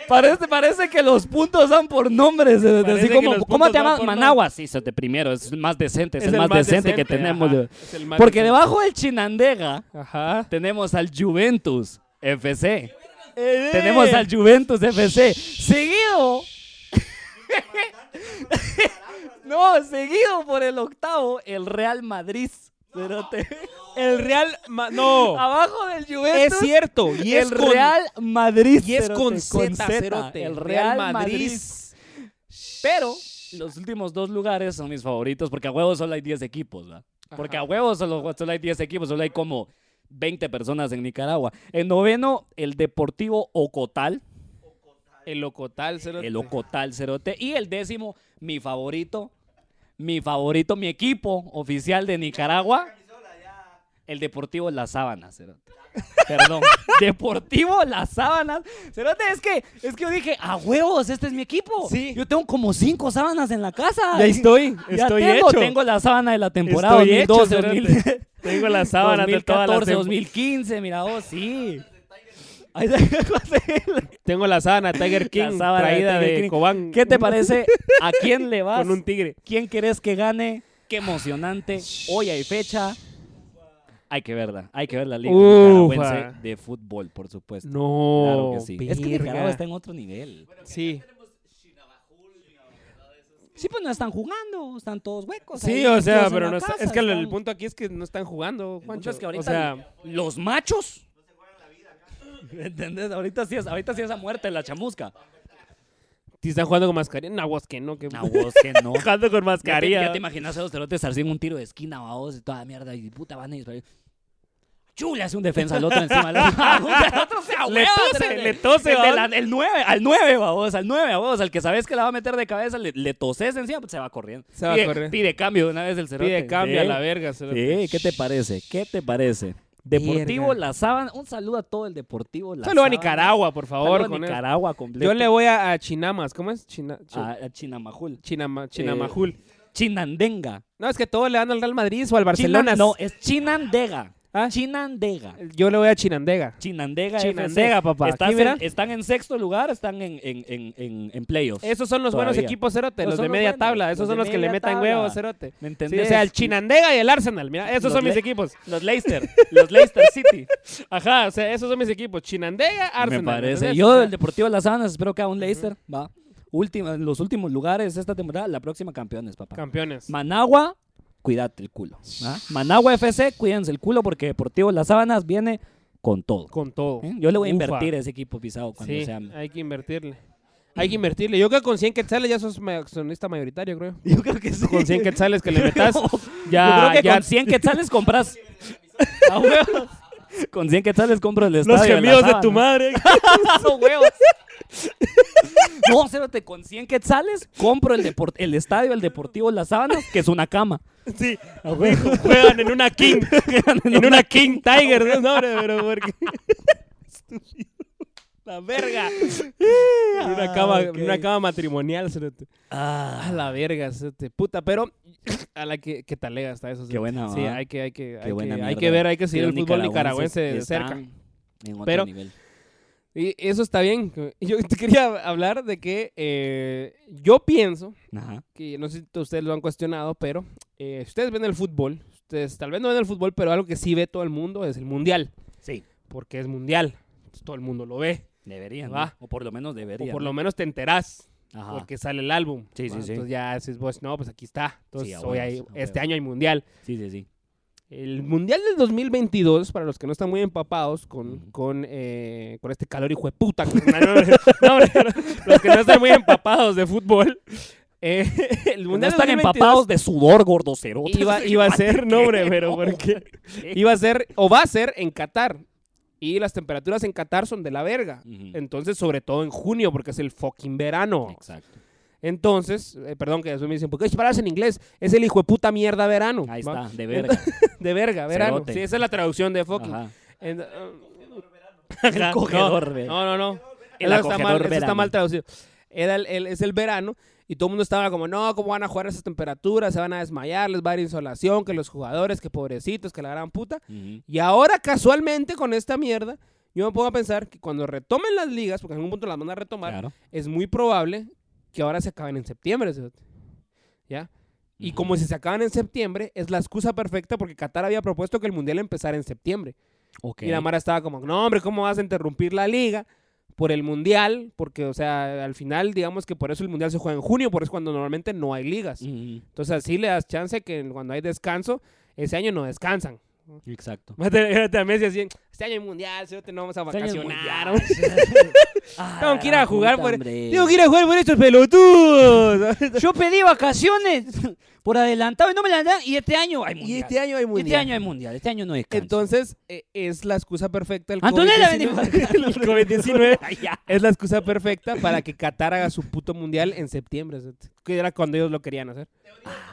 [SPEAKER 1] Parece, parece que los puntos dan por nombres. eh,
[SPEAKER 4] Parece
[SPEAKER 1] Así
[SPEAKER 4] que
[SPEAKER 1] como,
[SPEAKER 4] los
[SPEAKER 1] ¿Cómo
[SPEAKER 4] puntos
[SPEAKER 1] te
[SPEAKER 4] van
[SPEAKER 1] llamas?
[SPEAKER 4] por
[SPEAKER 1] Managua. Sí, se te primero. Es el más decente. Es, el, más, decente, que tenemos.
[SPEAKER 4] ajá,
[SPEAKER 1] eh.
[SPEAKER 4] es el más
[SPEAKER 1] Porque
[SPEAKER 4] decente.
[SPEAKER 1] debajo del Chinandega
[SPEAKER 4] Ajá.
[SPEAKER 1] tenemos al Juventus FC.
[SPEAKER 4] Eh,
[SPEAKER 1] Tenemos al Juventus FC. Seguido. no, seguido por el octavo, el Real Madrid. Cerote.
[SPEAKER 4] El Real. Ma- no.
[SPEAKER 1] Abajo del Juventus.
[SPEAKER 4] Es cierto. Y es
[SPEAKER 1] el
[SPEAKER 4] con-
[SPEAKER 1] Real Madrid.
[SPEAKER 4] Y es
[SPEAKER 1] cerote,
[SPEAKER 4] con
[SPEAKER 1] zeta,
[SPEAKER 4] Z, cerote.
[SPEAKER 1] El Real Madrid.
[SPEAKER 4] Pero.
[SPEAKER 1] Los últimos dos lugares son mis favoritos porque a huevo solo hay 10 equipos, ¿va? Porque a huevo solo, solo hay 10 equipos, solo hay como 20 personas en Nicaragua. En noveno, el Deportivo Ocotal.
[SPEAKER 4] El Ocotal, cerote.
[SPEAKER 1] El Ocotal Cerote. Y el décimo, mi favorito, mi favorito, mi equipo oficial de Nicaragua. El Deportivo Las Sábanas, Cerote. Perdón. Deportivo Las Sábanas. Cerote, es que, es que yo dije, a huevos, este es mi equipo.
[SPEAKER 4] Sí.
[SPEAKER 1] Yo tengo como cinco sábanas en la casa.
[SPEAKER 4] Y ahí estoy.
[SPEAKER 1] Ya
[SPEAKER 4] Estoy
[SPEAKER 1] tengo,
[SPEAKER 4] hecho.
[SPEAKER 1] tengo la sábana de la temporada
[SPEAKER 4] Estoy hecho,
[SPEAKER 1] 2012,
[SPEAKER 4] cerote.
[SPEAKER 1] 2000.
[SPEAKER 4] Tengo las
[SPEAKER 1] 2014, 2015, mira vos, sí. Ahí está.
[SPEAKER 4] Tengo la sábana Tiger King
[SPEAKER 1] sábana de
[SPEAKER 4] traída de,
[SPEAKER 1] Tiger King.
[SPEAKER 4] Cobán.
[SPEAKER 1] ¿Qué te parece? ¿A quién le vas?
[SPEAKER 4] Con un tigre.
[SPEAKER 1] ¿Quién querés que gane? Qué emocionante. Hoy hay fecha. Hay que verla. Hay que ver la liga
[SPEAKER 4] Ufa.
[SPEAKER 1] nicaragüense de fútbol, por supuesto.
[SPEAKER 4] No.
[SPEAKER 1] Claro que sí. Es que Nicaragua
[SPEAKER 4] verga.
[SPEAKER 1] está en otro nivel.
[SPEAKER 4] Sí.
[SPEAKER 1] Sí, pues no están jugando. Están todos huecos.
[SPEAKER 4] Sí,
[SPEAKER 1] ahí,
[SPEAKER 4] o
[SPEAKER 1] metidos
[SPEAKER 4] sea,
[SPEAKER 1] en
[SPEAKER 4] pero
[SPEAKER 1] la
[SPEAKER 4] no está-
[SPEAKER 1] casa,
[SPEAKER 4] es que el- el
[SPEAKER 1] están-
[SPEAKER 4] punto aquí es que no están jugando,
[SPEAKER 1] El punto
[SPEAKER 4] Juancho.
[SPEAKER 1] es que ahorita
[SPEAKER 4] o sea,
[SPEAKER 1] los machos. ¿Entendés? Ahorita sí, es, ahorita sí es a muerte la chamusca.
[SPEAKER 4] si están jugando con mascarilla, no, vos que no, que
[SPEAKER 1] No, vos que no.
[SPEAKER 4] jugando
[SPEAKER 1] Ya
[SPEAKER 4] con
[SPEAKER 1] te,
[SPEAKER 4] mascarilla.
[SPEAKER 1] ya te imaginas a los cerotes haciendo un tiro de esquina, babos, y toda mierda, y puta, van a disparar. Chu, le hace un defensa al otro encima del otro. El otro se ahueva,
[SPEAKER 4] Le tose,
[SPEAKER 1] cerote.
[SPEAKER 4] le tose,
[SPEAKER 1] El, de
[SPEAKER 4] babos.
[SPEAKER 1] la- el 9, al 9, babos, al 9, babos, al que sabes que la va a meter de cabeza, le, le toses encima, pues se va corriendo.
[SPEAKER 4] Se va
[SPEAKER 1] pide,
[SPEAKER 4] corriendo.
[SPEAKER 1] Pide cambio de una vez el cerote.
[SPEAKER 4] Pide cambio a
[SPEAKER 1] Sí.
[SPEAKER 4] la verga. cerote.
[SPEAKER 1] Sí, ¿qué te parece? ¿Qué te parece? Deportivo
[SPEAKER 4] Verga.
[SPEAKER 1] La Sábana, un saludo a todo el Deportivo La
[SPEAKER 4] Solo a
[SPEAKER 1] Sábana.
[SPEAKER 4] Nicaragua, por
[SPEAKER 1] Saludo
[SPEAKER 4] favor.
[SPEAKER 1] a
[SPEAKER 4] con él.
[SPEAKER 1] Nicaragua Ah. completo.
[SPEAKER 4] Yo le voy a, a Chinamas. ¿Cómo es? China, chi-
[SPEAKER 1] a, a Chinamajul.
[SPEAKER 4] Chinama- Chinamajul.
[SPEAKER 1] Chinandenga.
[SPEAKER 4] No, es que todos le dan al Real Madrid o al
[SPEAKER 1] Chinan-
[SPEAKER 4] Barcelona.
[SPEAKER 1] no, es Chinandega.
[SPEAKER 4] Ah.
[SPEAKER 1] Chinandega.
[SPEAKER 4] Yo le voy a Chinandega.
[SPEAKER 1] Chinandega.
[SPEAKER 4] Chinandega,
[SPEAKER 1] FC.
[SPEAKER 4] papá.
[SPEAKER 1] Estás
[SPEAKER 4] Aquí, mira.
[SPEAKER 1] en- están en sexto lugar, están en, en, en, en, en playoffs.
[SPEAKER 4] Esos son los buenos
[SPEAKER 1] Todavía.
[SPEAKER 4] equipos, Cerote.
[SPEAKER 1] Esos
[SPEAKER 4] Los,
[SPEAKER 1] son
[SPEAKER 4] de
[SPEAKER 1] los
[SPEAKER 4] media
[SPEAKER 1] buenos,
[SPEAKER 4] tabla. Esos
[SPEAKER 1] los de
[SPEAKER 4] son los que le
[SPEAKER 1] media
[SPEAKER 4] metan
[SPEAKER 1] tabla.
[SPEAKER 4] huevos, Cerote.
[SPEAKER 1] ¿Me
[SPEAKER 4] Sí,
[SPEAKER 1] entendés?
[SPEAKER 4] o sea, el Chinandega y el Arsenal. Mira, esos
[SPEAKER 1] Los
[SPEAKER 4] son mis
[SPEAKER 1] le-
[SPEAKER 4] equipos.
[SPEAKER 1] Los Leicester, los Leicester City.
[SPEAKER 4] Ajá, o sea, esos son mis equipos. Chinandega, Arsenal.
[SPEAKER 1] Me parece.
[SPEAKER 4] ¿entendés?
[SPEAKER 1] Yo
[SPEAKER 4] O sea,
[SPEAKER 1] del Deportivo Las Sábanas espero que haga un Leicester. Va. Última, en los últimos lugares esta temporada, la próxima campeones, papá.
[SPEAKER 4] Campeones.
[SPEAKER 1] Managua, cuídate el culo. ¿va? Managua FC, cuídense el culo porque Deportivo Las Sábanas viene con todo.
[SPEAKER 4] Con todo.
[SPEAKER 1] ¿eh? Yo le voy a
[SPEAKER 4] Ufa.
[SPEAKER 1] invertir a ese equipo pisado cuando
[SPEAKER 4] Sí,
[SPEAKER 1] sea.
[SPEAKER 4] hay que invertirle. Hay que invertirle. Yo creo que con 100 quetzales ya sos ma- accionista mayoritario, creo.
[SPEAKER 1] Yo creo que sí.
[SPEAKER 4] Con 100 quetzales que le metas,
[SPEAKER 1] Yo
[SPEAKER 4] ya,
[SPEAKER 1] creo que
[SPEAKER 4] ya Ah,
[SPEAKER 1] con 100 quetzales compras. A huevos. Con 100 quetzales compras el estadio. la sábana.
[SPEAKER 4] madre.
[SPEAKER 1] No, huevos. No, cérate, con 100 quetzales compro el, depor- el estadio, el deportivo Las Sábanas, que es una cama.
[SPEAKER 4] Sí,
[SPEAKER 1] A huevo.
[SPEAKER 4] juegan en una King. en una King Tiger. No, hombre, pero porque... Estúpido. La verga. En una cama, en
[SPEAKER 1] Ah, ok.
[SPEAKER 4] una cama matrimonial, cerote.
[SPEAKER 1] Ah,
[SPEAKER 4] A la verga, cerote. Puta, pero... A la que, que talega está eso. cerote.
[SPEAKER 1] buena,
[SPEAKER 4] Sí,
[SPEAKER 1] ¿verdad?
[SPEAKER 4] hay que, hay que,
[SPEAKER 1] qué
[SPEAKER 4] hay
[SPEAKER 1] buena
[SPEAKER 4] que, hay
[SPEAKER 1] mierda.
[SPEAKER 4] que ver, hay que
[SPEAKER 1] Sí,
[SPEAKER 4] seguir el
[SPEAKER 1] los
[SPEAKER 4] fútbol nicaragüense
[SPEAKER 1] nicaragüenses
[SPEAKER 4] de
[SPEAKER 1] están
[SPEAKER 4] cerca.
[SPEAKER 1] En otro
[SPEAKER 4] Pero-
[SPEAKER 1] nivel.
[SPEAKER 4] Y eso está bien. Yo te quería hablar de que eh, yo pienso,
[SPEAKER 1] Ajá.
[SPEAKER 4] que no sé si ustedes lo han cuestionado, pero eh, ustedes ven el fútbol, ustedes tal vez no ven el fútbol, pero algo que sí ve todo el mundo es el mundial,
[SPEAKER 1] Sí,
[SPEAKER 4] porque es mundial. Entonces, Todo el mundo lo ve,
[SPEAKER 1] deberían. ¿no?
[SPEAKER 4] Va.
[SPEAKER 1] O por lo menos
[SPEAKER 4] o
[SPEAKER 1] deberían.
[SPEAKER 4] por
[SPEAKER 1] ¿no?
[SPEAKER 4] lo menos te enterás,
[SPEAKER 1] Ajá.
[SPEAKER 4] porque sale el álbum.
[SPEAKER 1] Sí, sí,
[SPEAKER 4] Ah,
[SPEAKER 1] sí.
[SPEAKER 4] Entonces ya dices vos, no, pues aquí está. Entonces
[SPEAKER 1] a
[SPEAKER 4] hoy
[SPEAKER 1] huevos,
[SPEAKER 4] hay-
[SPEAKER 1] a
[SPEAKER 4] este
[SPEAKER 1] huevos.
[SPEAKER 4] año hay mundial.
[SPEAKER 1] Sí, sí, sí.
[SPEAKER 4] El mundial del 2022, para los que no están muy empapados con,
[SPEAKER 1] Ujú.
[SPEAKER 4] con, eh, con este calor hijo de puta, que- no, no, no, no, no, no, los que no están muy empapados de fútbol, Eh, el
[SPEAKER 1] No
[SPEAKER 4] mundial
[SPEAKER 1] están
[SPEAKER 4] 2022
[SPEAKER 1] empapados de sudor, gordocerotes.
[SPEAKER 4] Iba, iba a ser, no, hombre, pero porque iba a ser, o va a ser en Qatar. Y las temperaturas en Qatar son de la verga.
[SPEAKER 1] Ujú.
[SPEAKER 4] Entonces, sobre todo en junio, porque es el fucking verano.
[SPEAKER 1] Exacto.
[SPEAKER 4] Entonces, eh, perdón que después me dicen, ¿por qué palabras en inglés? Es el hijo de puta mierda verano.
[SPEAKER 1] Ahí
[SPEAKER 4] ¿va?
[SPEAKER 1] está, de verga.
[SPEAKER 4] De verga, verano.
[SPEAKER 1] Cerote.
[SPEAKER 4] Sí, esa es la traducción de fucking.
[SPEAKER 1] Ajá.
[SPEAKER 4] En- ah,
[SPEAKER 1] El
[SPEAKER 4] ajá,
[SPEAKER 1] cogedor
[SPEAKER 4] no,
[SPEAKER 1] verano.
[SPEAKER 4] No, no, no.
[SPEAKER 1] El
[SPEAKER 4] Eso está,
[SPEAKER 1] acogedor
[SPEAKER 4] mal, eso está
[SPEAKER 1] verano.
[SPEAKER 4] mal traducido. Era el- el- es el verano y todo el mundo estaba como, no, ¿cómo van a jugar a esas temperaturas? Se van a desmayar, les va a dar insolación, que los jugadores, que pobrecitos, que la gran puta.
[SPEAKER 1] Ujú.
[SPEAKER 4] Y ahora, casualmente, con esta mierda, yo me pongo a pensar que cuando retomen las ligas, porque en algún punto las van a retomar,
[SPEAKER 1] Claro.
[SPEAKER 4] es muy probable que ahora se acaben en septiembre. cerote. ¿Ya? Y
[SPEAKER 1] Ujú.
[SPEAKER 4] como si se acaban en septiembre, es la excusa perfecta porque Qatar había propuesto que el Mundial empezara en septiembre.
[SPEAKER 1] Ok.
[SPEAKER 4] Y la Mara estaba como, no, hombre, ¿cómo vas a interrumpir la liga por el mundial? Porque, o sea, al final, digamos que por eso el mundial se juega en junio, por eso es cuando normalmente no hay ligas.
[SPEAKER 1] Ujú.
[SPEAKER 4] Entonces, así le das chance que cuando hay descanso, ese año no descansan.
[SPEAKER 1] Exacto.
[SPEAKER 4] Mate- También se decían, este año hay mundial, cerote, no vamos a
[SPEAKER 1] Este
[SPEAKER 4] vacacionar. hombre".
[SPEAKER 1] Ah,
[SPEAKER 4] Tengo que ir a jugar
[SPEAKER 1] puta,
[SPEAKER 4] por-
[SPEAKER 1] hombre.
[SPEAKER 4] Tengo que ir a jugar por estos pelotudos.
[SPEAKER 1] Yo pedí vacaciones por adelantado y no me las dan. Y este año hay
[SPEAKER 4] y
[SPEAKER 1] mundial.
[SPEAKER 4] este año hay mundial.
[SPEAKER 1] Este año hay mundial. Este año no es
[SPEAKER 4] Entonces, eh, es la excusa perfecta. El
[SPEAKER 1] Antonella,
[SPEAKER 4] COVID-19. El COVID-19 es la excusa perfecta para que Qatar haga su puto mundial en septiembre, ¿sí? que era cuando ellos lo querían hacer. Ah.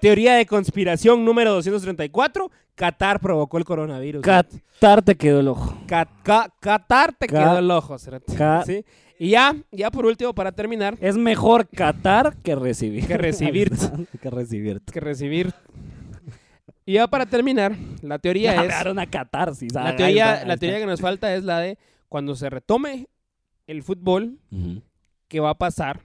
[SPEAKER 4] Teoría de conspiración número 234, Qatar provocó el coronavirus.
[SPEAKER 1] Qatar te quedó el ojo.
[SPEAKER 4] Ca- ca- Qatar te
[SPEAKER 1] Ca-
[SPEAKER 4] quedó el ojo, ¿sí?
[SPEAKER 1] Ca-
[SPEAKER 4] ¿Sí? Y ya, ya por último, para terminar,
[SPEAKER 1] Es mejor catar que recibir.
[SPEAKER 4] Que recibir.
[SPEAKER 1] que recibir.
[SPEAKER 4] que recibir... Y ya para terminar, la teoría es...
[SPEAKER 1] Agarraron a catarsis.
[SPEAKER 4] La teoría, la teoría que nos falta es la de cuando se retome el fútbol, ¿qué va a pasar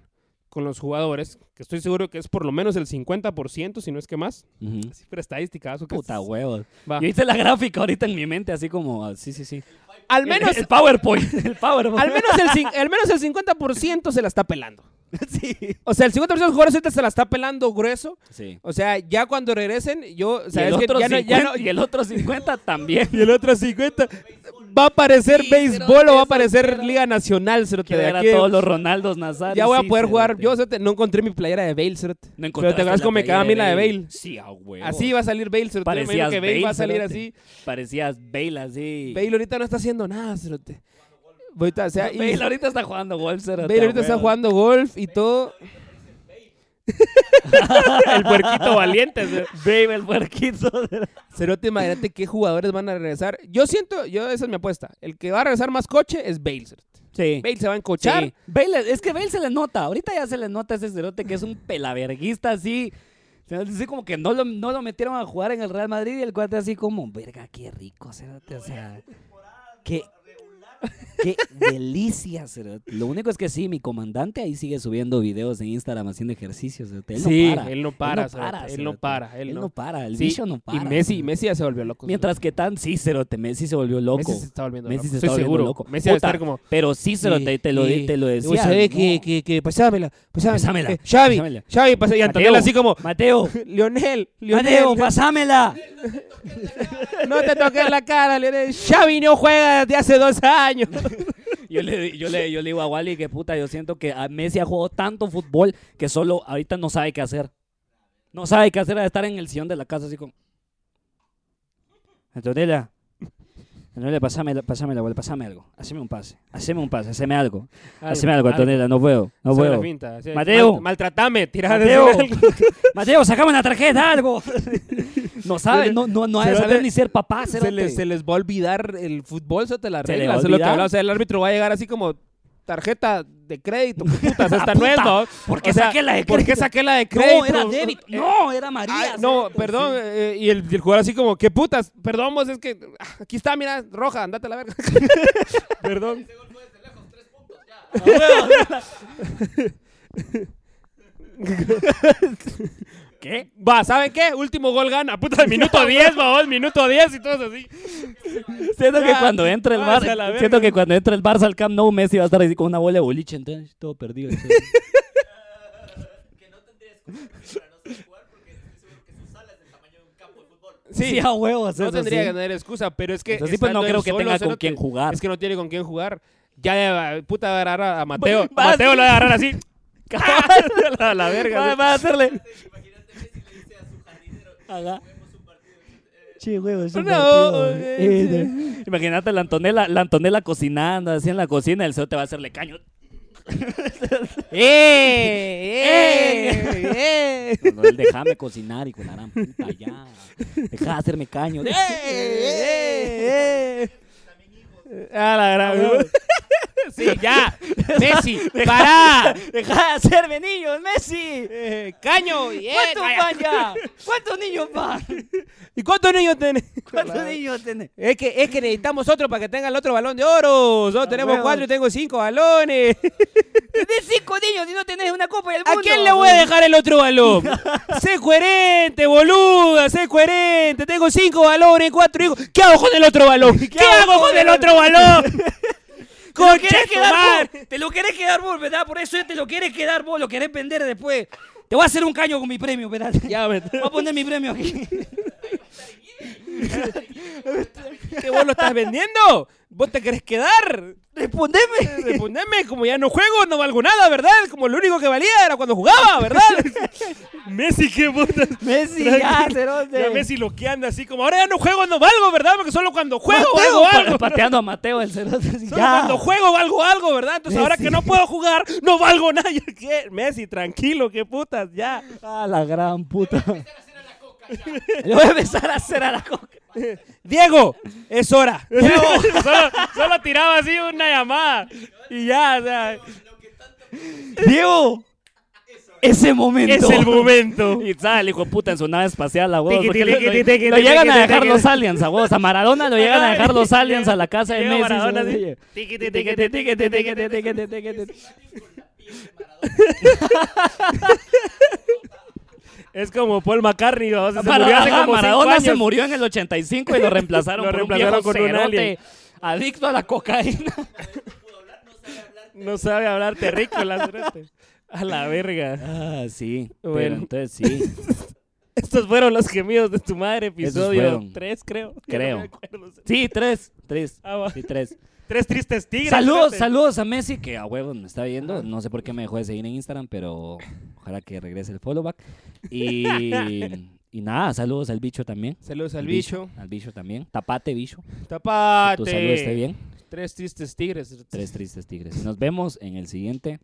[SPEAKER 4] con los jugadores? Que estoy seguro que es por lo menos el 50%, si no es que más. Cifra estadística, eso que
[SPEAKER 1] Puta
[SPEAKER 4] es-
[SPEAKER 1] huevos.
[SPEAKER 4] Pues, va.
[SPEAKER 1] Yo hice la gráfica ahorita en mi mente, así como, ah, sí, sí, sí.
[SPEAKER 4] Al menos,
[SPEAKER 1] el, el PowerPoint. El PowerPoint.
[SPEAKER 4] al, menos el, cin- al menos el 50% se la está pelando.
[SPEAKER 1] sí.
[SPEAKER 4] O sea, el 50% de los jugadores ahorita se la está pelando grueso.
[SPEAKER 1] Sí.
[SPEAKER 4] O sea, ya cuando regresen, yo... O
[SPEAKER 1] Y
[SPEAKER 4] sea,
[SPEAKER 1] el,
[SPEAKER 4] es que
[SPEAKER 1] otro
[SPEAKER 4] ya no- ya
[SPEAKER 1] 50
[SPEAKER 4] no-
[SPEAKER 1] y el otro 50 también.
[SPEAKER 4] Y el otro 50 va a parecer béisbol o va a parecer Liga Nacional, se lo
[SPEAKER 1] Que
[SPEAKER 4] que de
[SPEAKER 1] ver a
[SPEAKER 4] aquí pues,
[SPEAKER 1] todos los Ronaldos Nazario.
[SPEAKER 4] Ya voy a
[SPEAKER 1] sí,
[SPEAKER 4] poder jugar.
[SPEAKER 1] cerote.
[SPEAKER 4] Yo cerote, no encontré mi playera de Bale, cerote.
[SPEAKER 1] No
[SPEAKER 4] Pero te acuerdas
[SPEAKER 1] encontraste
[SPEAKER 4] cómo me quedaba a mí la de
[SPEAKER 1] Bale.
[SPEAKER 4] Bale.
[SPEAKER 1] Sí, a huevo.
[SPEAKER 4] Así va a salir Bale, cerote. Me imagino
[SPEAKER 1] Parecías
[SPEAKER 4] que Bale, va a salir así.
[SPEAKER 1] cerote. Parecías Bale así.
[SPEAKER 4] Bale ahorita no está haciendo nada, cerote. Ahorita, o sea, y-
[SPEAKER 1] Bale ahorita está jugando golf, cerote,
[SPEAKER 4] Bale ahorita
[SPEAKER 1] a
[SPEAKER 4] está
[SPEAKER 1] huevo.
[SPEAKER 4] jugando golf y todo. el puerquito valiente. cerote.
[SPEAKER 1] Bale el puerquito.
[SPEAKER 4] Cerote, imagínate qué jugadores van a regresar. Yo siento, yo esa es mi apuesta. El que va a regresar más coche es Bale, cerote.
[SPEAKER 1] Sí.
[SPEAKER 4] Bale se va a encochar.
[SPEAKER 1] Sí. Bale, es que Bale se le nota. Ahorita ya se le nota ese cerote que es un pelaverguista así. Se nota Así como que no lo, no lo metieron a jugar en el Real Madrid y el cuate así como, verga, qué rico, cerote. O sea, qué, qué delicia, cerote. Lo único es que sí, mi comandante ahí sigue subiendo videos en Instagram haciendo ejercicios. cerote. Él
[SPEAKER 4] Sí,
[SPEAKER 1] no para.
[SPEAKER 4] él no para, cerote. Él no
[SPEAKER 1] cerote.
[SPEAKER 4] para, él
[SPEAKER 1] Él
[SPEAKER 4] no.
[SPEAKER 1] no para. El
[SPEAKER 4] Sí,
[SPEAKER 1] bicho no para.
[SPEAKER 4] Y Messi,
[SPEAKER 1] cerote.
[SPEAKER 4] Messi ya se volvió loco. cerote.
[SPEAKER 1] Mientras que tan, sí, cerote, Messi se volvió loco.
[SPEAKER 4] Messi se está volviendo
[SPEAKER 1] Messi
[SPEAKER 4] loco.
[SPEAKER 1] se
[SPEAKER 4] Estoy
[SPEAKER 1] está volviendo
[SPEAKER 4] seguro.
[SPEAKER 1] loco.
[SPEAKER 4] Messi va a
[SPEAKER 1] Puta,
[SPEAKER 4] estar como...
[SPEAKER 1] Pero sí, cerote, te lo, di-
[SPEAKER 4] y-
[SPEAKER 1] te lo
[SPEAKER 4] y
[SPEAKER 1] decía.
[SPEAKER 4] vos sabés
[SPEAKER 1] no.
[SPEAKER 4] que, que, que pasámela, pasámela.
[SPEAKER 1] Pasámela,
[SPEAKER 4] Eh, Xavi,
[SPEAKER 1] pasámela.
[SPEAKER 4] Xavi, pasa- Y Antonella
[SPEAKER 1] Mateo,
[SPEAKER 4] así como,
[SPEAKER 1] Mateo,
[SPEAKER 4] Lionel,
[SPEAKER 1] Mateo,
[SPEAKER 4] Lionel,
[SPEAKER 1] pasámela.
[SPEAKER 4] no te toques la cara, Lionel. Xavi no juega desde hace dos años.
[SPEAKER 1] Yo le, yo, le, yo le digo a Wally que puta, yo siento que a Messi ha jugado tanto fútbol que solo ahorita no sabe qué hacer. No sabe qué hacer, ha de estar en el sillón de la casa así como... Antonella, Antonella, pasame, pasame la bola, pasame algo. Haceme un pase, haceme un pase, haceme algo. Haceme algo, Antonella, no puedo, no
[SPEAKER 4] Hace la
[SPEAKER 1] puedo.
[SPEAKER 4] finta, así,
[SPEAKER 1] Mateo.
[SPEAKER 4] mal- maltratame, tira
[SPEAKER 1] Mateo.
[SPEAKER 4] desde-
[SPEAKER 1] Mateo, sacame una tarjeta, algo. No sabe, no, no, no ha de
[SPEAKER 4] Cerote-
[SPEAKER 1] saber ni ser papá,
[SPEAKER 4] se,
[SPEAKER 1] cerote.
[SPEAKER 4] les, se les va a olvidar el fútbol, eso te la
[SPEAKER 1] Se le
[SPEAKER 4] regla.
[SPEAKER 1] va a
[SPEAKER 4] Eso es lo que
[SPEAKER 1] olvidar.
[SPEAKER 4] hablaba. O sea, el árbitro va a llegar así como tarjeta de crédito. Putas,
[SPEAKER 1] Ah,
[SPEAKER 4] esta no
[SPEAKER 1] puta,
[SPEAKER 4] es, ¿no?
[SPEAKER 1] ¿por qué
[SPEAKER 4] O sea,
[SPEAKER 1] saqué la de
[SPEAKER 4] ¿Por qué
[SPEAKER 1] crédito?
[SPEAKER 4] saqué la de crédito?
[SPEAKER 1] No, era débito. No, era María.
[SPEAKER 4] Eh, Ay, no,
[SPEAKER 1] cerote.
[SPEAKER 4] perdón. eh, y, el, y el jugador así como, ¿qué putas? Perdón, vos, es que ah, aquí está, mira, roja, andate a la verga. perdón.
[SPEAKER 1] ¿Qué?
[SPEAKER 4] Va, ¿saben qué? Último gol gana. Puta, minuto 10, babos, minuto 10 y todos así.
[SPEAKER 1] Siento que
[SPEAKER 4] Ya,
[SPEAKER 1] cuando entre el
[SPEAKER 4] váyase a la
[SPEAKER 1] Barça,
[SPEAKER 4] verga.
[SPEAKER 1] siento que cuando entre el Barça al Camp Nou, Messi va a estar así con una bola de boliche, entonces todo perdido. entonces.
[SPEAKER 4] Sí,
[SPEAKER 1] Sí, a huevos.
[SPEAKER 4] no
[SPEAKER 1] eso
[SPEAKER 4] tendría
[SPEAKER 1] sí.
[SPEAKER 4] que tener excusa, pero es que.
[SPEAKER 1] Eso sí, pues no
[SPEAKER 4] estando él
[SPEAKER 1] creo que
[SPEAKER 4] solo,
[SPEAKER 1] tenga con
[SPEAKER 4] cerote,
[SPEAKER 1] quién jugar.
[SPEAKER 4] Es que no tiene con quién jugar. Ya, ya, va, puta, va a agarrar a Mateo.
[SPEAKER 1] Vas-
[SPEAKER 4] Mateo lo va a agarrar así.
[SPEAKER 1] Cabal.
[SPEAKER 4] A la verga.
[SPEAKER 1] Madre,
[SPEAKER 4] ¿no?
[SPEAKER 1] va a hacerle. Ajá. Che, huevo, es un
[SPEAKER 4] No,
[SPEAKER 1] partido,
[SPEAKER 4] eh,
[SPEAKER 1] eh,
[SPEAKER 4] sí.
[SPEAKER 1] eh. Imagínate la Antonella, la Antonella cocinando así en la cocina, el CEO te va a hacerle caño.
[SPEAKER 2] ¡Eh! ¡Eh! ¡Eh!
[SPEAKER 1] No, él déjame cocinar y con la gran puta ya. Deja de hacerme caño. ¡Eh!
[SPEAKER 4] ¡Eh! ¡Eh! A la gran.
[SPEAKER 2] Sí, ya. Messi, pará.
[SPEAKER 1] Deja de hacerme niños, Messi.
[SPEAKER 4] Eh,
[SPEAKER 2] Caño. bien,
[SPEAKER 1] ¿Cuántos
[SPEAKER 2] vaya.
[SPEAKER 1] van ya? ¿Cuántos niños van?
[SPEAKER 4] ¿Y cuántos niños tenés?
[SPEAKER 1] ¿Cuántos niños tenés?
[SPEAKER 4] Es que, es que necesitamos otro para que tenga el otro balón de oro. Solo
[SPEAKER 1] Ah,
[SPEAKER 4] tenemos
[SPEAKER 1] huevo.
[SPEAKER 4] cuatro y tengo cinco balones.
[SPEAKER 1] Tenés cinco niños y no tenés una copa del
[SPEAKER 4] ¿A
[SPEAKER 1] mundo.
[SPEAKER 4] quién le voy a dejar el otro balón? sé coherente, boluda, sé coherente. Tengo cinco balones, cuatro hijos. ¿Qué hago con el otro balón? ¿Qué, hago con el otro balón?
[SPEAKER 1] ¿Te lo
[SPEAKER 4] Concha
[SPEAKER 1] querés
[SPEAKER 4] tu
[SPEAKER 1] quedar
[SPEAKER 4] madre.
[SPEAKER 1] vos? Te lo querés quedar vos, ¿verdad? Por eso te lo querés quedar vos, lo querés vender después. Te voy a hacer un caño con mi premio, ¿verdad?
[SPEAKER 4] Ya, me-
[SPEAKER 1] Voy a poner mi premio aquí.
[SPEAKER 4] ¿Que vos lo estás vendiendo? ¿Vos te querés quedar?
[SPEAKER 1] Respondeme.
[SPEAKER 4] Respondeme, como ya no juego, no valgo nada, ¿verdad? Como lo único que valía era cuando jugaba, ¿verdad? Messi, qué puta.
[SPEAKER 1] Messi,
[SPEAKER 4] ya,
[SPEAKER 1] cerote.
[SPEAKER 4] Ya Messi lo que anda así como, ahora ya no juego, no valgo, ¿verdad? Porque solo cuando juego valgo algo.
[SPEAKER 1] Pateando a Mateo el cerote.
[SPEAKER 4] Solo cuando juego valgo algo, ¿verdad? Entonces ahora que no puedo jugar, no valgo nada. Ya, ¿Qué? Messi, tranquilo, qué putas, ya.
[SPEAKER 1] Ah, la gran puta. Le voy a empezar a hacer a la coca.
[SPEAKER 4] Diego, es hora. solo, solo tiraba así una llamada. Y ya, o sea,
[SPEAKER 1] Diego. Ese momento.
[SPEAKER 4] es el momento.
[SPEAKER 1] Y sale, hijo de puta, en su nave espacial, a huevos.
[SPEAKER 4] Tiqui,
[SPEAKER 1] porque
[SPEAKER 4] tiqui,
[SPEAKER 1] lo-
[SPEAKER 4] tiqui, tiqui,
[SPEAKER 1] Lo
[SPEAKER 4] tiqui,
[SPEAKER 1] llegan a
[SPEAKER 4] tiqui,
[SPEAKER 1] dejar
[SPEAKER 4] tiqui.
[SPEAKER 1] los aliens, a huevos. A Maradona lo llegan a dejar los aliens a la casa de
[SPEAKER 4] Llega
[SPEAKER 1] Messi.
[SPEAKER 4] Maradona
[SPEAKER 1] ¿sabes?
[SPEAKER 4] así.
[SPEAKER 1] Oye.
[SPEAKER 4] Tiqui, tiqui, tiqui, tiqui, tiqui, tiqui, tiqui, tiqui, tiqui, tiqui. Es como Paul McCartney, o sea, se murió hace
[SPEAKER 1] Maradona,
[SPEAKER 4] como
[SPEAKER 1] Maradona
[SPEAKER 4] cinco
[SPEAKER 1] se
[SPEAKER 4] años.
[SPEAKER 1] murió en el 85 y lo reemplazaron
[SPEAKER 4] Lo
[SPEAKER 1] por
[SPEAKER 4] reemplazaron
[SPEAKER 1] un
[SPEAKER 4] con un
[SPEAKER 1] viejo cerote
[SPEAKER 4] alien.
[SPEAKER 1] adicto a la cocaína.
[SPEAKER 4] No sabe hablar terrícola. cerote. A la verga.
[SPEAKER 1] Ah, sí. Pero
[SPEAKER 4] Bueno.
[SPEAKER 1] entonces sí.
[SPEAKER 4] Estos fueron los gemidos de tu madre, episodio
[SPEAKER 1] fueron.
[SPEAKER 4] 3, creo.
[SPEAKER 1] Creo.
[SPEAKER 4] Ya no me acuerdo.
[SPEAKER 1] Sí, tres. Tres.
[SPEAKER 4] Ah, va.
[SPEAKER 1] Sí, tres.
[SPEAKER 4] Tres tristes tigres.
[SPEAKER 1] Saludos,
[SPEAKER 4] cerote.
[SPEAKER 1] saludos a Messi, que a huevos me está viendo. No sé por qué me dejó de seguir en Instagram, pero ojalá que regrese el follow back. Y, y nada, saludos al bicho también.
[SPEAKER 4] Saludos al
[SPEAKER 1] El
[SPEAKER 4] bicho.
[SPEAKER 1] Al bicho también. Tapate, bicho. Que
[SPEAKER 4] Tapate.
[SPEAKER 1] Tu salud esté bien.
[SPEAKER 4] Tres tristes tigres. cerote.
[SPEAKER 1] Tres tristes tigres. Nos vemos en el siguiente.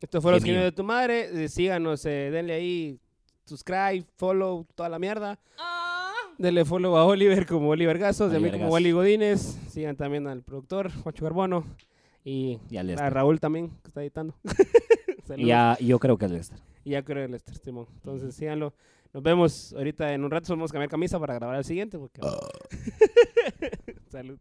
[SPEAKER 4] Estos fueron los
[SPEAKER 1] Gemido.
[SPEAKER 4] gemidos de tu madre. Eh, Síganos, eh, denle ahí subscribe, follow, toda la mierda. Denle follow a Oliver como Oliver Gasos, y a mí
[SPEAKER 1] Oliver
[SPEAKER 4] como
[SPEAKER 1] Gasos.
[SPEAKER 4] Wally Godínez. Sigan también al productor, Juancho Carbono. Y
[SPEAKER 1] Ya le
[SPEAKER 4] a Raúl también, que está editando. Saludos.
[SPEAKER 1] este. Y a- y yo creo que al este. Lester.
[SPEAKER 4] Y ya creo el Lester Simón. Entonces síganlo. Nos vemos ahorita en un rato. Vamos a cambiar camisa para grabar el siguiente. Porque... Salud.